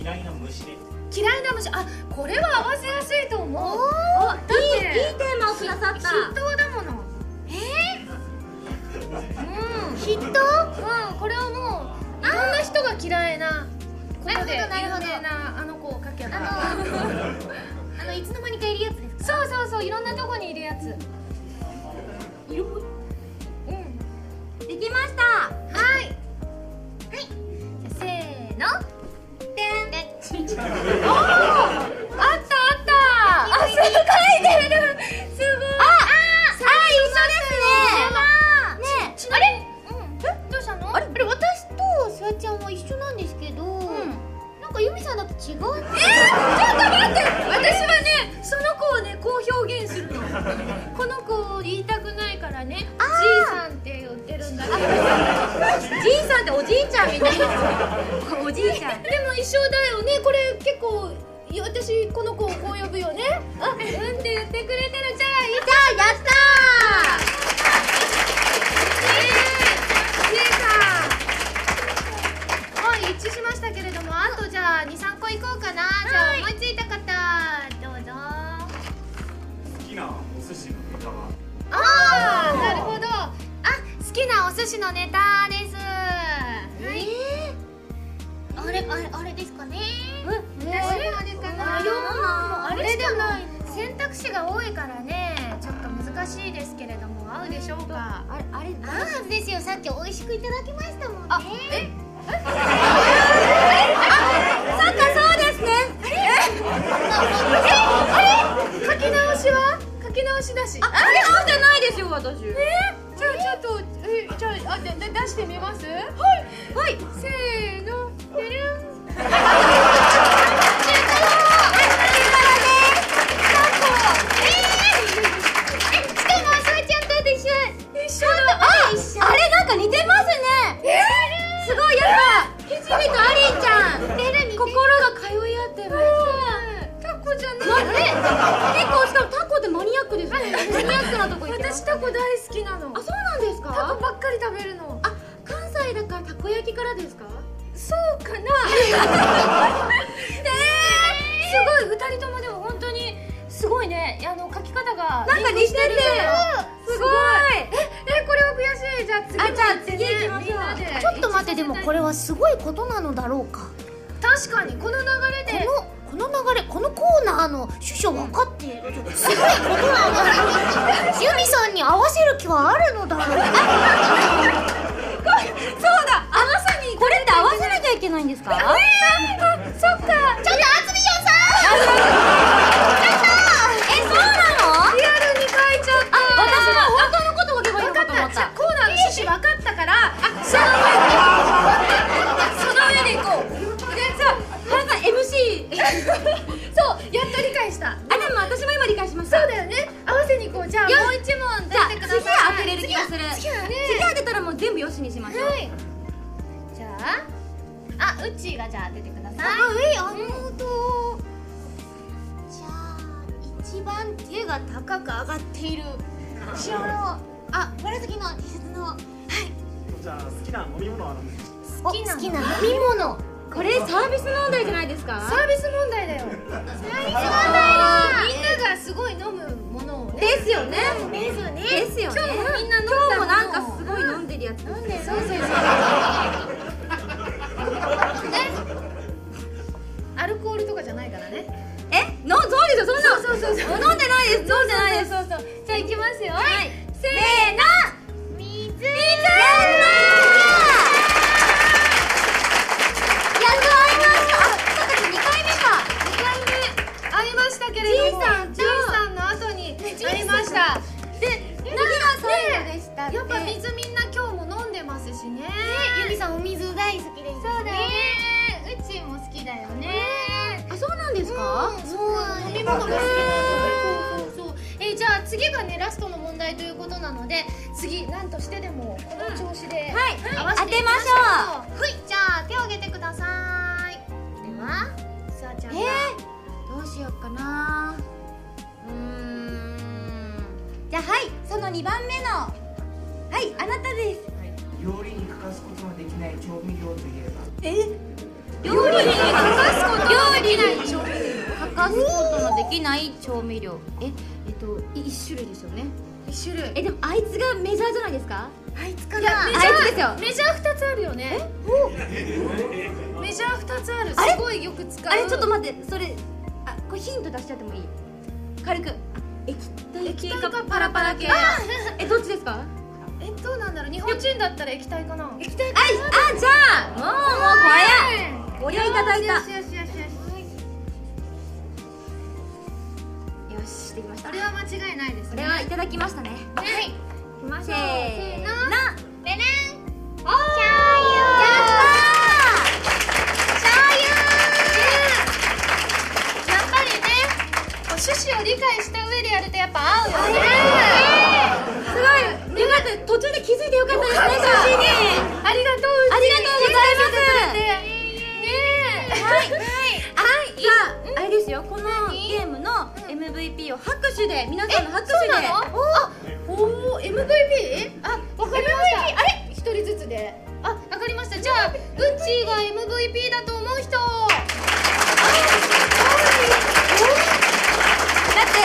Speaker 5: 嫌いな虫で
Speaker 2: 嫌いな虫あこれは合わせやすいと思うだって
Speaker 1: いいいいテーマをくださった
Speaker 2: 筆頭だものえ
Speaker 4: きっと
Speaker 2: うん、うん、これはもういろんな人が嫌いなここで有
Speaker 4: なるほど
Speaker 2: 名なあの子を書けば (laughs)
Speaker 4: あのあのいつの間にかいるやつです
Speaker 2: そうそうそういろんなとこにいるやつうん
Speaker 1: できました
Speaker 2: はいはいじゃあせーの
Speaker 4: でん
Speaker 2: (laughs) あったあったあ、すごい出るすごいあ、
Speaker 1: ああ一緒ですねね
Speaker 2: あれうん、どうしたの
Speaker 4: あれあれ私とすわちゃんは一緒なんですけど、なんかゆみさんだと違う
Speaker 2: 私はねその子をねこう表現するのこの子を言いたくないからねじいさんって言ってるんだけど
Speaker 1: じいさんっておじいちゃんみたいですよおじいちゃん
Speaker 2: でも一緒だよねこれ結構いや私この子をこう呼ぶよねあうんって言ってくれてるじゃあいいじゃあやったーねえねえさんはい一致しましたけれどもあとじゃあ23個いこうかなじゃあ思いついた方どうぞ
Speaker 5: 好きなお寿司のネタは
Speaker 2: ああなるほどあ好きなお寿司のネタですはい
Speaker 4: あれあれあれですかね
Speaker 2: 私あれかな
Speaker 4: あれかな
Speaker 2: あれ
Speaker 4: あれ
Speaker 2: で
Speaker 4: じゃ
Speaker 2: も
Speaker 4: ない
Speaker 2: 選択肢が多いからねちょっと難しいですけれども合うでしょうか
Speaker 1: あれあれ
Speaker 4: あるはずですよさっき美味しくいただきましたもんね
Speaker 2: あえ
Speaker 1: そっかそうですね
Speaker 2: 書き直しは書き直しだし
Speaker 1: ああれ合ってないですよ私
Speaker 2: じゃあちょっとえじゃああでで出してみますはいはいせーのてるん
Speaker 4: 中華そばです。中華そばです。こ焼きからですか
Speaker 2: そう (laughs) かなえー、すごい二人ともでも本当にすごいねあの書き方が
Speaker 1: なんか似てて
Speaker 2: リンクしてるから
Speaker 1: すごい
Speaker 2: えこれは悔しいじゃあ次も
Speaker 1: あじゃあ
Speaker 2: やってね
Speaker 1: 次行きましょう
Speaker 2: みんなで
Speaker 4: ちょっと待ってでもこれはすごいことなのだろうか
Speaker 2: 確かにこの流れで
Speaker 4: このこの流れこのコーナーの主書分かっているすごいことなのだろうかユミさんに合わせる気はあるのだろうか
Speaker 1: そうだあのさにこれって合わせなきゃいけないんですか
Speaker 4: そっかちょっとあつみちゃんさん
Speaker 1: えそうなの
Speaker 2: リアルに書いちゃった
Speaker 1: 私は本当のことを言えばいいのかと思った
Speaker 2: コーナーの趣旨分かったからあ
Speaker 1: その上でその上で行こうでさ原さん MC (laughs)
Speaker 2: そうやっと理解した
Speaker 1: あでも私も今理解しまし
Speaker 2: そ
Speaker 1: た
Speaker 2: うだよね合わせに行こうじゃあも
Speaker 1: よし
Speaker 2: う一問出
Speaker 1: じゃあ
Speaker 2: してください
Speaker 1: 次は当てれる気がする
Speaker 2: 次はね
Speaker 1: 次当てたらもう全部よしにしましょう
Speaker 2: はいじゃああうっちーがじゃあ当ててください
Speaker 4: えいあの音じゃあ一番手が高く上がっている後ろのあ紫の T シャツの
Speaker 5: じゃあ好きな飲み物は何ですか
Speaker 4: 好きな好きな飲み物
Speaker 1: これサービス問題じゃないですか
Speaker 2: サービス問題だよ
Speaker 1: 題
Speaker 2: みんながすごい飲むものをね
Speaker 1: ですよね
Speaker 2: ですよね
Speaker 1: ですよね
Speaker 2: 今日もみんな飲んだ
Speaker 1: 今日もなんかすごい飲んでるやつ飲んで
Speaker 2: そうそうそうねアルコールとかじゃないからね
Speaker 1: えのそうですよそんな
Speaker 2: そうそうそうそう
Speaker 1: 飲んでないです飲んでないです
Speaker 2: そうそうそうじゃあいきますよ
Speaker 1: はいせーの水水やったーやっと会いましたあ、さっき2回目か
Speaker 2: 2回目ありましたけれ
Speaker 1: じ
Speaker 2: ども
Speaker 1: いさん
Speaker 2: じいさんの後にありましたで
Speaker 1: 何が最後でしたっけ
Speaker 2: やっぱ水みんな今日も飲んでますしね
Speaker 4: ゆみさんお水大好きです
Speaker 2: そうだよねうちも好きだよね
Speaker 1: あ、そうなんですか
Speaker 4: そう
Speaker 2: 飲み物が好きなのそうそうそうえーじゃあ次がねラストの問題ということなので次何としてでもこの調子で、
Speaker 1: はい
Speaker 2: 合わせてい
Speaker 1: 当
Speaker 2: きうはいじゃあ手を挙げてくださいではさあちゃん
Speaker 1: え
Speaker 2: が、
Speaker 1: ー、どうしようかなうーんじゃあはい、その2番目のはい、あなたです
Speaker 6: 料理に欠かすことのできない調味料といえば
Speaker 1: え料理に欠かすことのできない調味料欠かすことのできない調味料え、えっと、い一種類ですよね
Speaker 2: 一種類
Speaker 1: え、でもあいつがメジャーじゃないですか
Speaker 4: あいつか
Speaker 2: いや
Speaker 4: な
Speaker 2: メ
Speaker 1: いや
Speaker 2: ジャー
Speaker 1: あれですよ
Speaker 2: メジャー二つあるよねメジャー二つある
Speaker 1: あれ
Speaker 2: すごいよく使う
Speaker 1: あれちょっと待ってそれあこれヒント出しちゃってもいい軽くあ液体系かパラパラ
Speaker 2: (laughs)
Speaker 1: 系えどっちですかあ
Speaker 2: えどうなんだろう日本人だったら液体かな液体
Speaker 1: あじゃあもうもうこれこれいただいた
Speaker 2: よしよしよしよし
Speaker 1: よしできました
Speaker 2: こ
Speaker 1: こ
Speaker 2: れは間違いないです
Speaker 1: れ
Speaker 2: ね
Speaker 1: はいただきましたね
Speaker 2: はい
Speaker 1: せーの
Speaker 2: せーの
Speaker 4: ベレン
Speaker 2: おーやったーやっぱりねこう趣旨を理解した上でやるとやっぱ合うよね
Speaker 1: すごいよかった途中で気づいてよかったですね写真に
Speaker 2: ありがとう
Speaker 1: ありがとうございます
Speaker 2: はいはい
Speaker 1: はいさああれですよこのゲームの MVP を拍手で皆さんの拍手で
Speaker 2: そうなのあおお MVP? あわかりました MVP あれ一人ずつであわかりましたじゃあうっちーが MVP だと思う人
Speaker 1: だって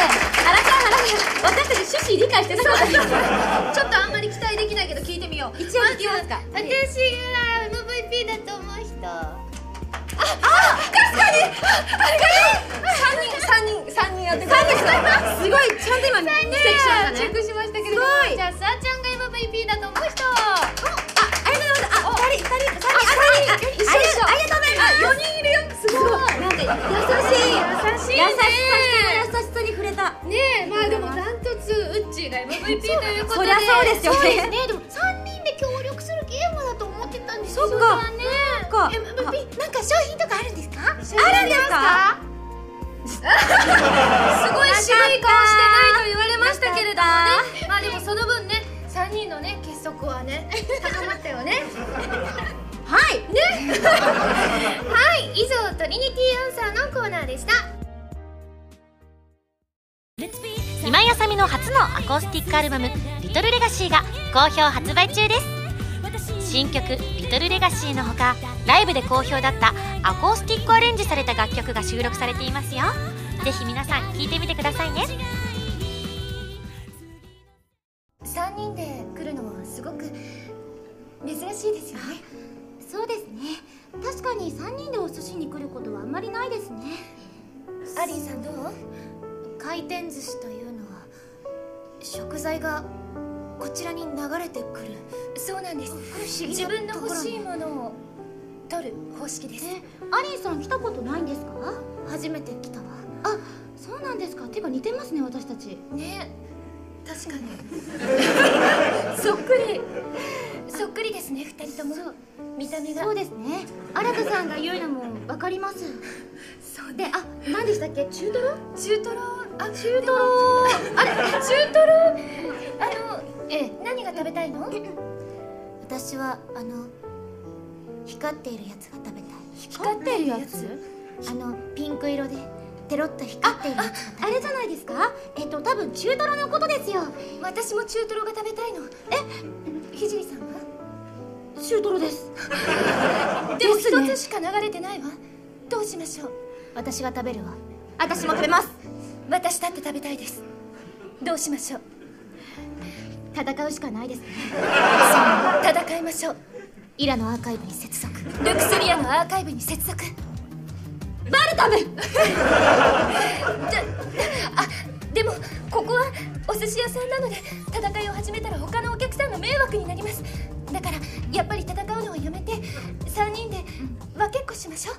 Speaker 1: 荒川原さん私たち趣旨理解してなかったです
Speaker 2: ちょっとあんまり期待できないけど聞いてみよう
Speaker 1: 一応聞きますか
Speaker 2: 私が MVP だと思う人
Speaker 1: 三人三人やってくれたすごいちゃんと今チェックしましたね
Speaker 2: チェックしましたけれ
Speaker 1: す
Speaker 2: ども
Speaker 1: ごい
Speaker 2: じゃあすあちゃんが MVP だと思う人
Speaker 1: あありがとうございますあ二人二人三人あ三人あありがとうございます四人いるよすごいなんか優しい
Speaker 2: 優しいね
Speaker 1: 優しさ人の優しさに触れた
Speaker 2: ねえまあでもダントツうっちーが MVP というこ
Speaker 1: そ
Speaker 2: と
Speaker 1: り
Speaker 2: で
Speaker 1: ゃそうですよ
Speaker 4: そうです
Speaker 1: ね
Speaker 4: ねでも3人で協力するゲームだと思ってたんです
Speaker 1: そっ
Speaker 4: だ
Speaker 1: か
Speaker 4: ね
Speaker 1: そっか
Speaker 4: MVP なんか商品とかあるんです
Speaker 1: あ
Speaker 4: か
Speaker 1: るんですか
Speaker 2: すごい白い顔してないと言われましたけれども
Speaker 1: も
Speaker 2: ねまあでもその分ね3人のね結束はね高まったよね
Speaker 1: はい
Speaker 2: (laughs) はい以上トリニティアンサーのコーナーでした
Speaker 3: 今井あさみの初のアコースティックアルバム「リトルレガシーが好評発売中です新曲「リリトルレガシーのほかライブで好評だったアコースティックアレンジされた楽曲が収録されていますよぜひ皆さん聴いてみてくださいね
Speaker 2: 3人で来るのはすごく珍しいですよね
Speaker 4: そうですね確かに3人でお寿司に来ることはあんまりないですね
Speaker 2: アリンさんどう
Speaker 4: 回転寿司というのは食材がこちらに流れてくる
Speaker 2: そうなんです
Speaker 4: 不思議
Speaker 2: 自分の欲しい
Speaker 4: い
Speaker 2: ものを取る方式です
Speaker 4: アリンさん来たことないんですか初めて来たわあそうなんですかてか似てますね私たち
Speaker 2: ね確かにそっくりそっくりですね2人とも見た目が
Speaker 4: そうですね新田さんが言うのも分かりますそうであ何でしたっけ中トロ
Speaker 2: 中トロあ中トロあれ中トロあのええ何が食べたいの
Speaker 4: 私はあの光っているやつが食べたい
Speaker 2: 光ってるやつ
Speaker 4: あのピンク色でテロッと光っているやつあれじゃないですかえっと多分中トロのことですよ
Speaker 2: 私も中トロが食べたいのえひじりさんは
Speaker 4: 中トロです
Speaker 2: (laughs) でも
Speaker 4: ですね
Speaker 2: 一つしか流れてないわどうしましょう
Speaker 4: 私が食べるわ私も食べます
Speaker 2: 私だって食べたいですどうしましょう
Speaker 4: 戦うしかないですね
Speaker 2: 戦いましょう
Speaker 4: イラのアーカイブに接続
Speaker 2: ルクスリアのアーカイブに接続
Speaker 4: バルタム
Speaker 2: あでもここはお寿司屋さんなので戦いを始めたら他のお客さんの迷惑になりますだからやっぱり戦うのはやめて3人で分けっこしましょう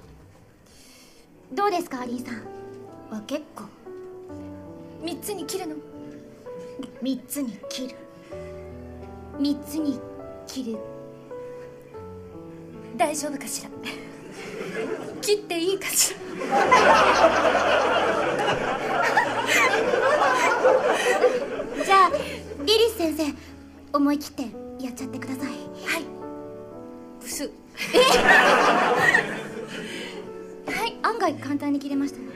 Speaker 4: どうですかアリンさんは結構
Speaker 2: 3つに切るの
Speaker 4: 3つに切る3つに切る
Speaker 2: 大丈夫かしら切っていいかしら
Speaker 4: じゃあリリス先生思い切ってやっちゃってください
Speaker 2: はいブス
Speaker 4: はい案外簡単に切れましたね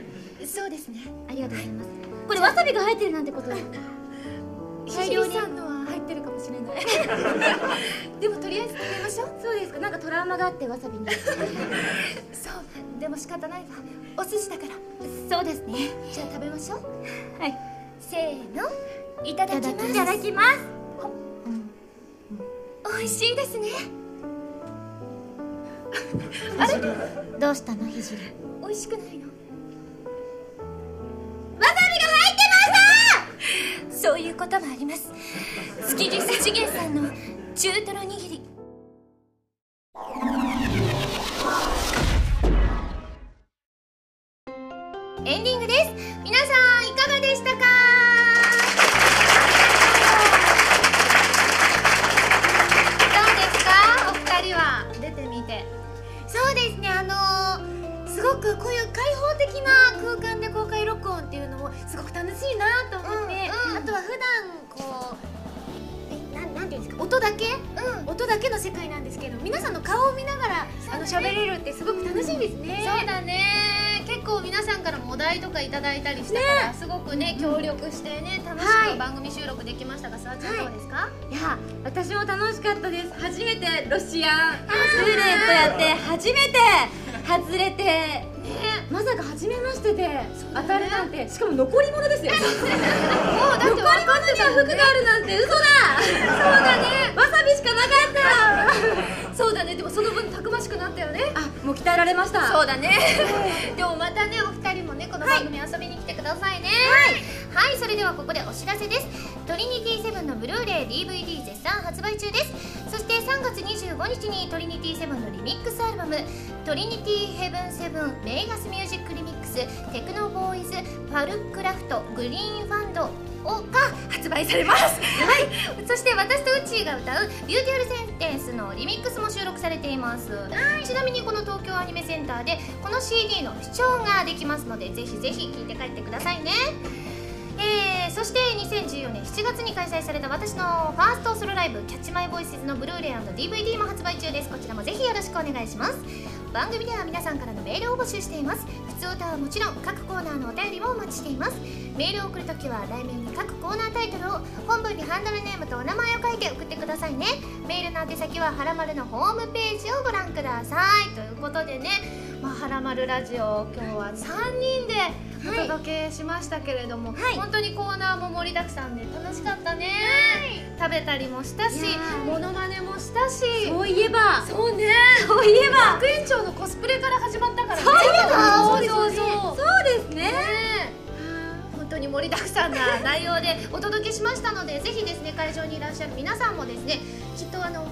Speaker 2: そうですね
Speaker 4: ありがとうございますこれわさびが入ってるなんてこと
Speaker 2: ひじりさんのは入ってるかもしれないでもとりあえず食べましょう
Speaker 4: そうですかなんかトラウマがあってわさびに
Speaker 2: そうでも仕方ないわお寿司だから
Speaker 4: そうですね
Speaker 2: じゃあ食べましょう
Speaker 4: はい
Speaker 2: せーのいただきます
Speaker 4: いただきます
Speaker 2: 美味しいです
Speaker 4: (laughs)
Speaker 2: ね
Speaker 4: どうしたのひじり
Speaker 2: 美味しくないの
Speaker 4: わさびが入ってました
Speaker 2: そういうこともあり (laughs) ますスキリスチゲンさんの中トロ握りエンディングです皆さんいかがでしたかどうですかお二人は出てみて
Speaker 4: そうですねあのーすごくこういう開放的な空間で公開録音っていうのもすごく楽しいなと思って、
Speaker 2: うんうん
Speaker 4: あとは普段こうえなんなんていうんですか音だけ、音だけの世界なんですけど皆さんの顔を見ながら、あの喋れるってすごく楽しいですね、
Speaker 7: そうだね結構皆さんからもお題とかいただいたりしたから、すごくね協力してね楽し
Speaker 4: はい
Speaker 7: く番組収録できましたが、すわちゃんどうですか、
Speaker 1: いや私も楽しかったです初めてロシアンルーレットやって初めて外れて、まさか初めましてで当たるなんて、しかも残り物ですよ残り物には服があるなんて嘘だそうだねわさびしかなかった
Speaker 7: そうだねでもその分たくましくなったよね
Speaker 1: あ (laughs) もう鍛えられました
Speaker 7: そうだねでもまたねお二人もねこの番組遊びに来てくださいね
Speaker 2: はい、それではここでお知らせですトリニティセブンのブルーレイ DVD 絶賛発売中ですそして3月25日にトリニティセブンのリミックスアルバム「トリニティヘブンセブンメイガスミュージックリミックステクノボーイズファルクラフトグリーンファンド」をが発売されますはいそして私とウッチーが歌う「ビューティフルセンテンス」のリミックスも収録されていますちなみにこの東京アニメセンターでこの CD の視聴ができますのでぜひぜひ聴いて帰ってくださいねえーそして2014年7月に開催された私のファーストソロライブ「キャッチマイボイスズのブルーレイ &DVD も発売中ですこちらもぜひよろしくお願いします
Speaker 7: 番組では皆さんからのメールを募集しています普通歌はもちろん各コーナーのお便りもお待ちしていますメールを送るときは題名に各コーナータイトルを本文にハンドルネームとお名前を書いて送ってくださいねメールの宛先ははらまるのホームページをご覧くださいということでね
Speaker 2: まあ、はらまるラジオ今日は3人でお届けしましたけれども、
Speaker 7: はい
Speaker 2: 本当にコーナーも盛りだくさんで楽しかったね、食べたりもしたし
Speaker 7: いやー
Speaker 2: モノマネもしたし
Speaker 8: そういえば
Speaker 2: そうね
Speaker 8: そういえば
Speaker 2: 学園長のコスプレから始まったからね
Speaker 7: そういえば
Speaker 2: そうそうそう
Speaker 8: そうですね
Speaker 2: ね本当に盛りだくさんな内容でお届けしましたのでぜひですね会場にいらっしゃる皆さんもですねきっとあの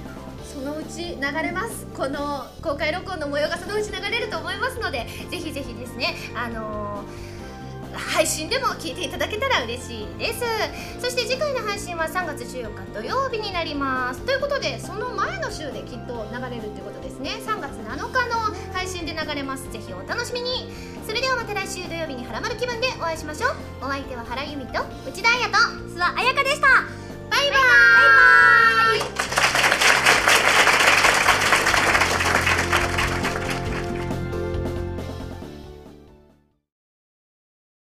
Speaker 2: そのうち流れますこの公開録音の模様がそのうち流れると思いますのでぜひぜひですねあのー配信でも聞いていただけたら嬉しいですそして次回の配信は3月14日土曜日になりますということでその前の週できっと流れるってことですね3月7日の配信で流れますぜひお楽しみにそれではまた来週土曜日にハラマル気分でお会いしましょうお相手は原由美と内田彩と
Speaker 7: 諏訪彩香でした
Speaker 2: バイバイ
Speaker 7: バイバイ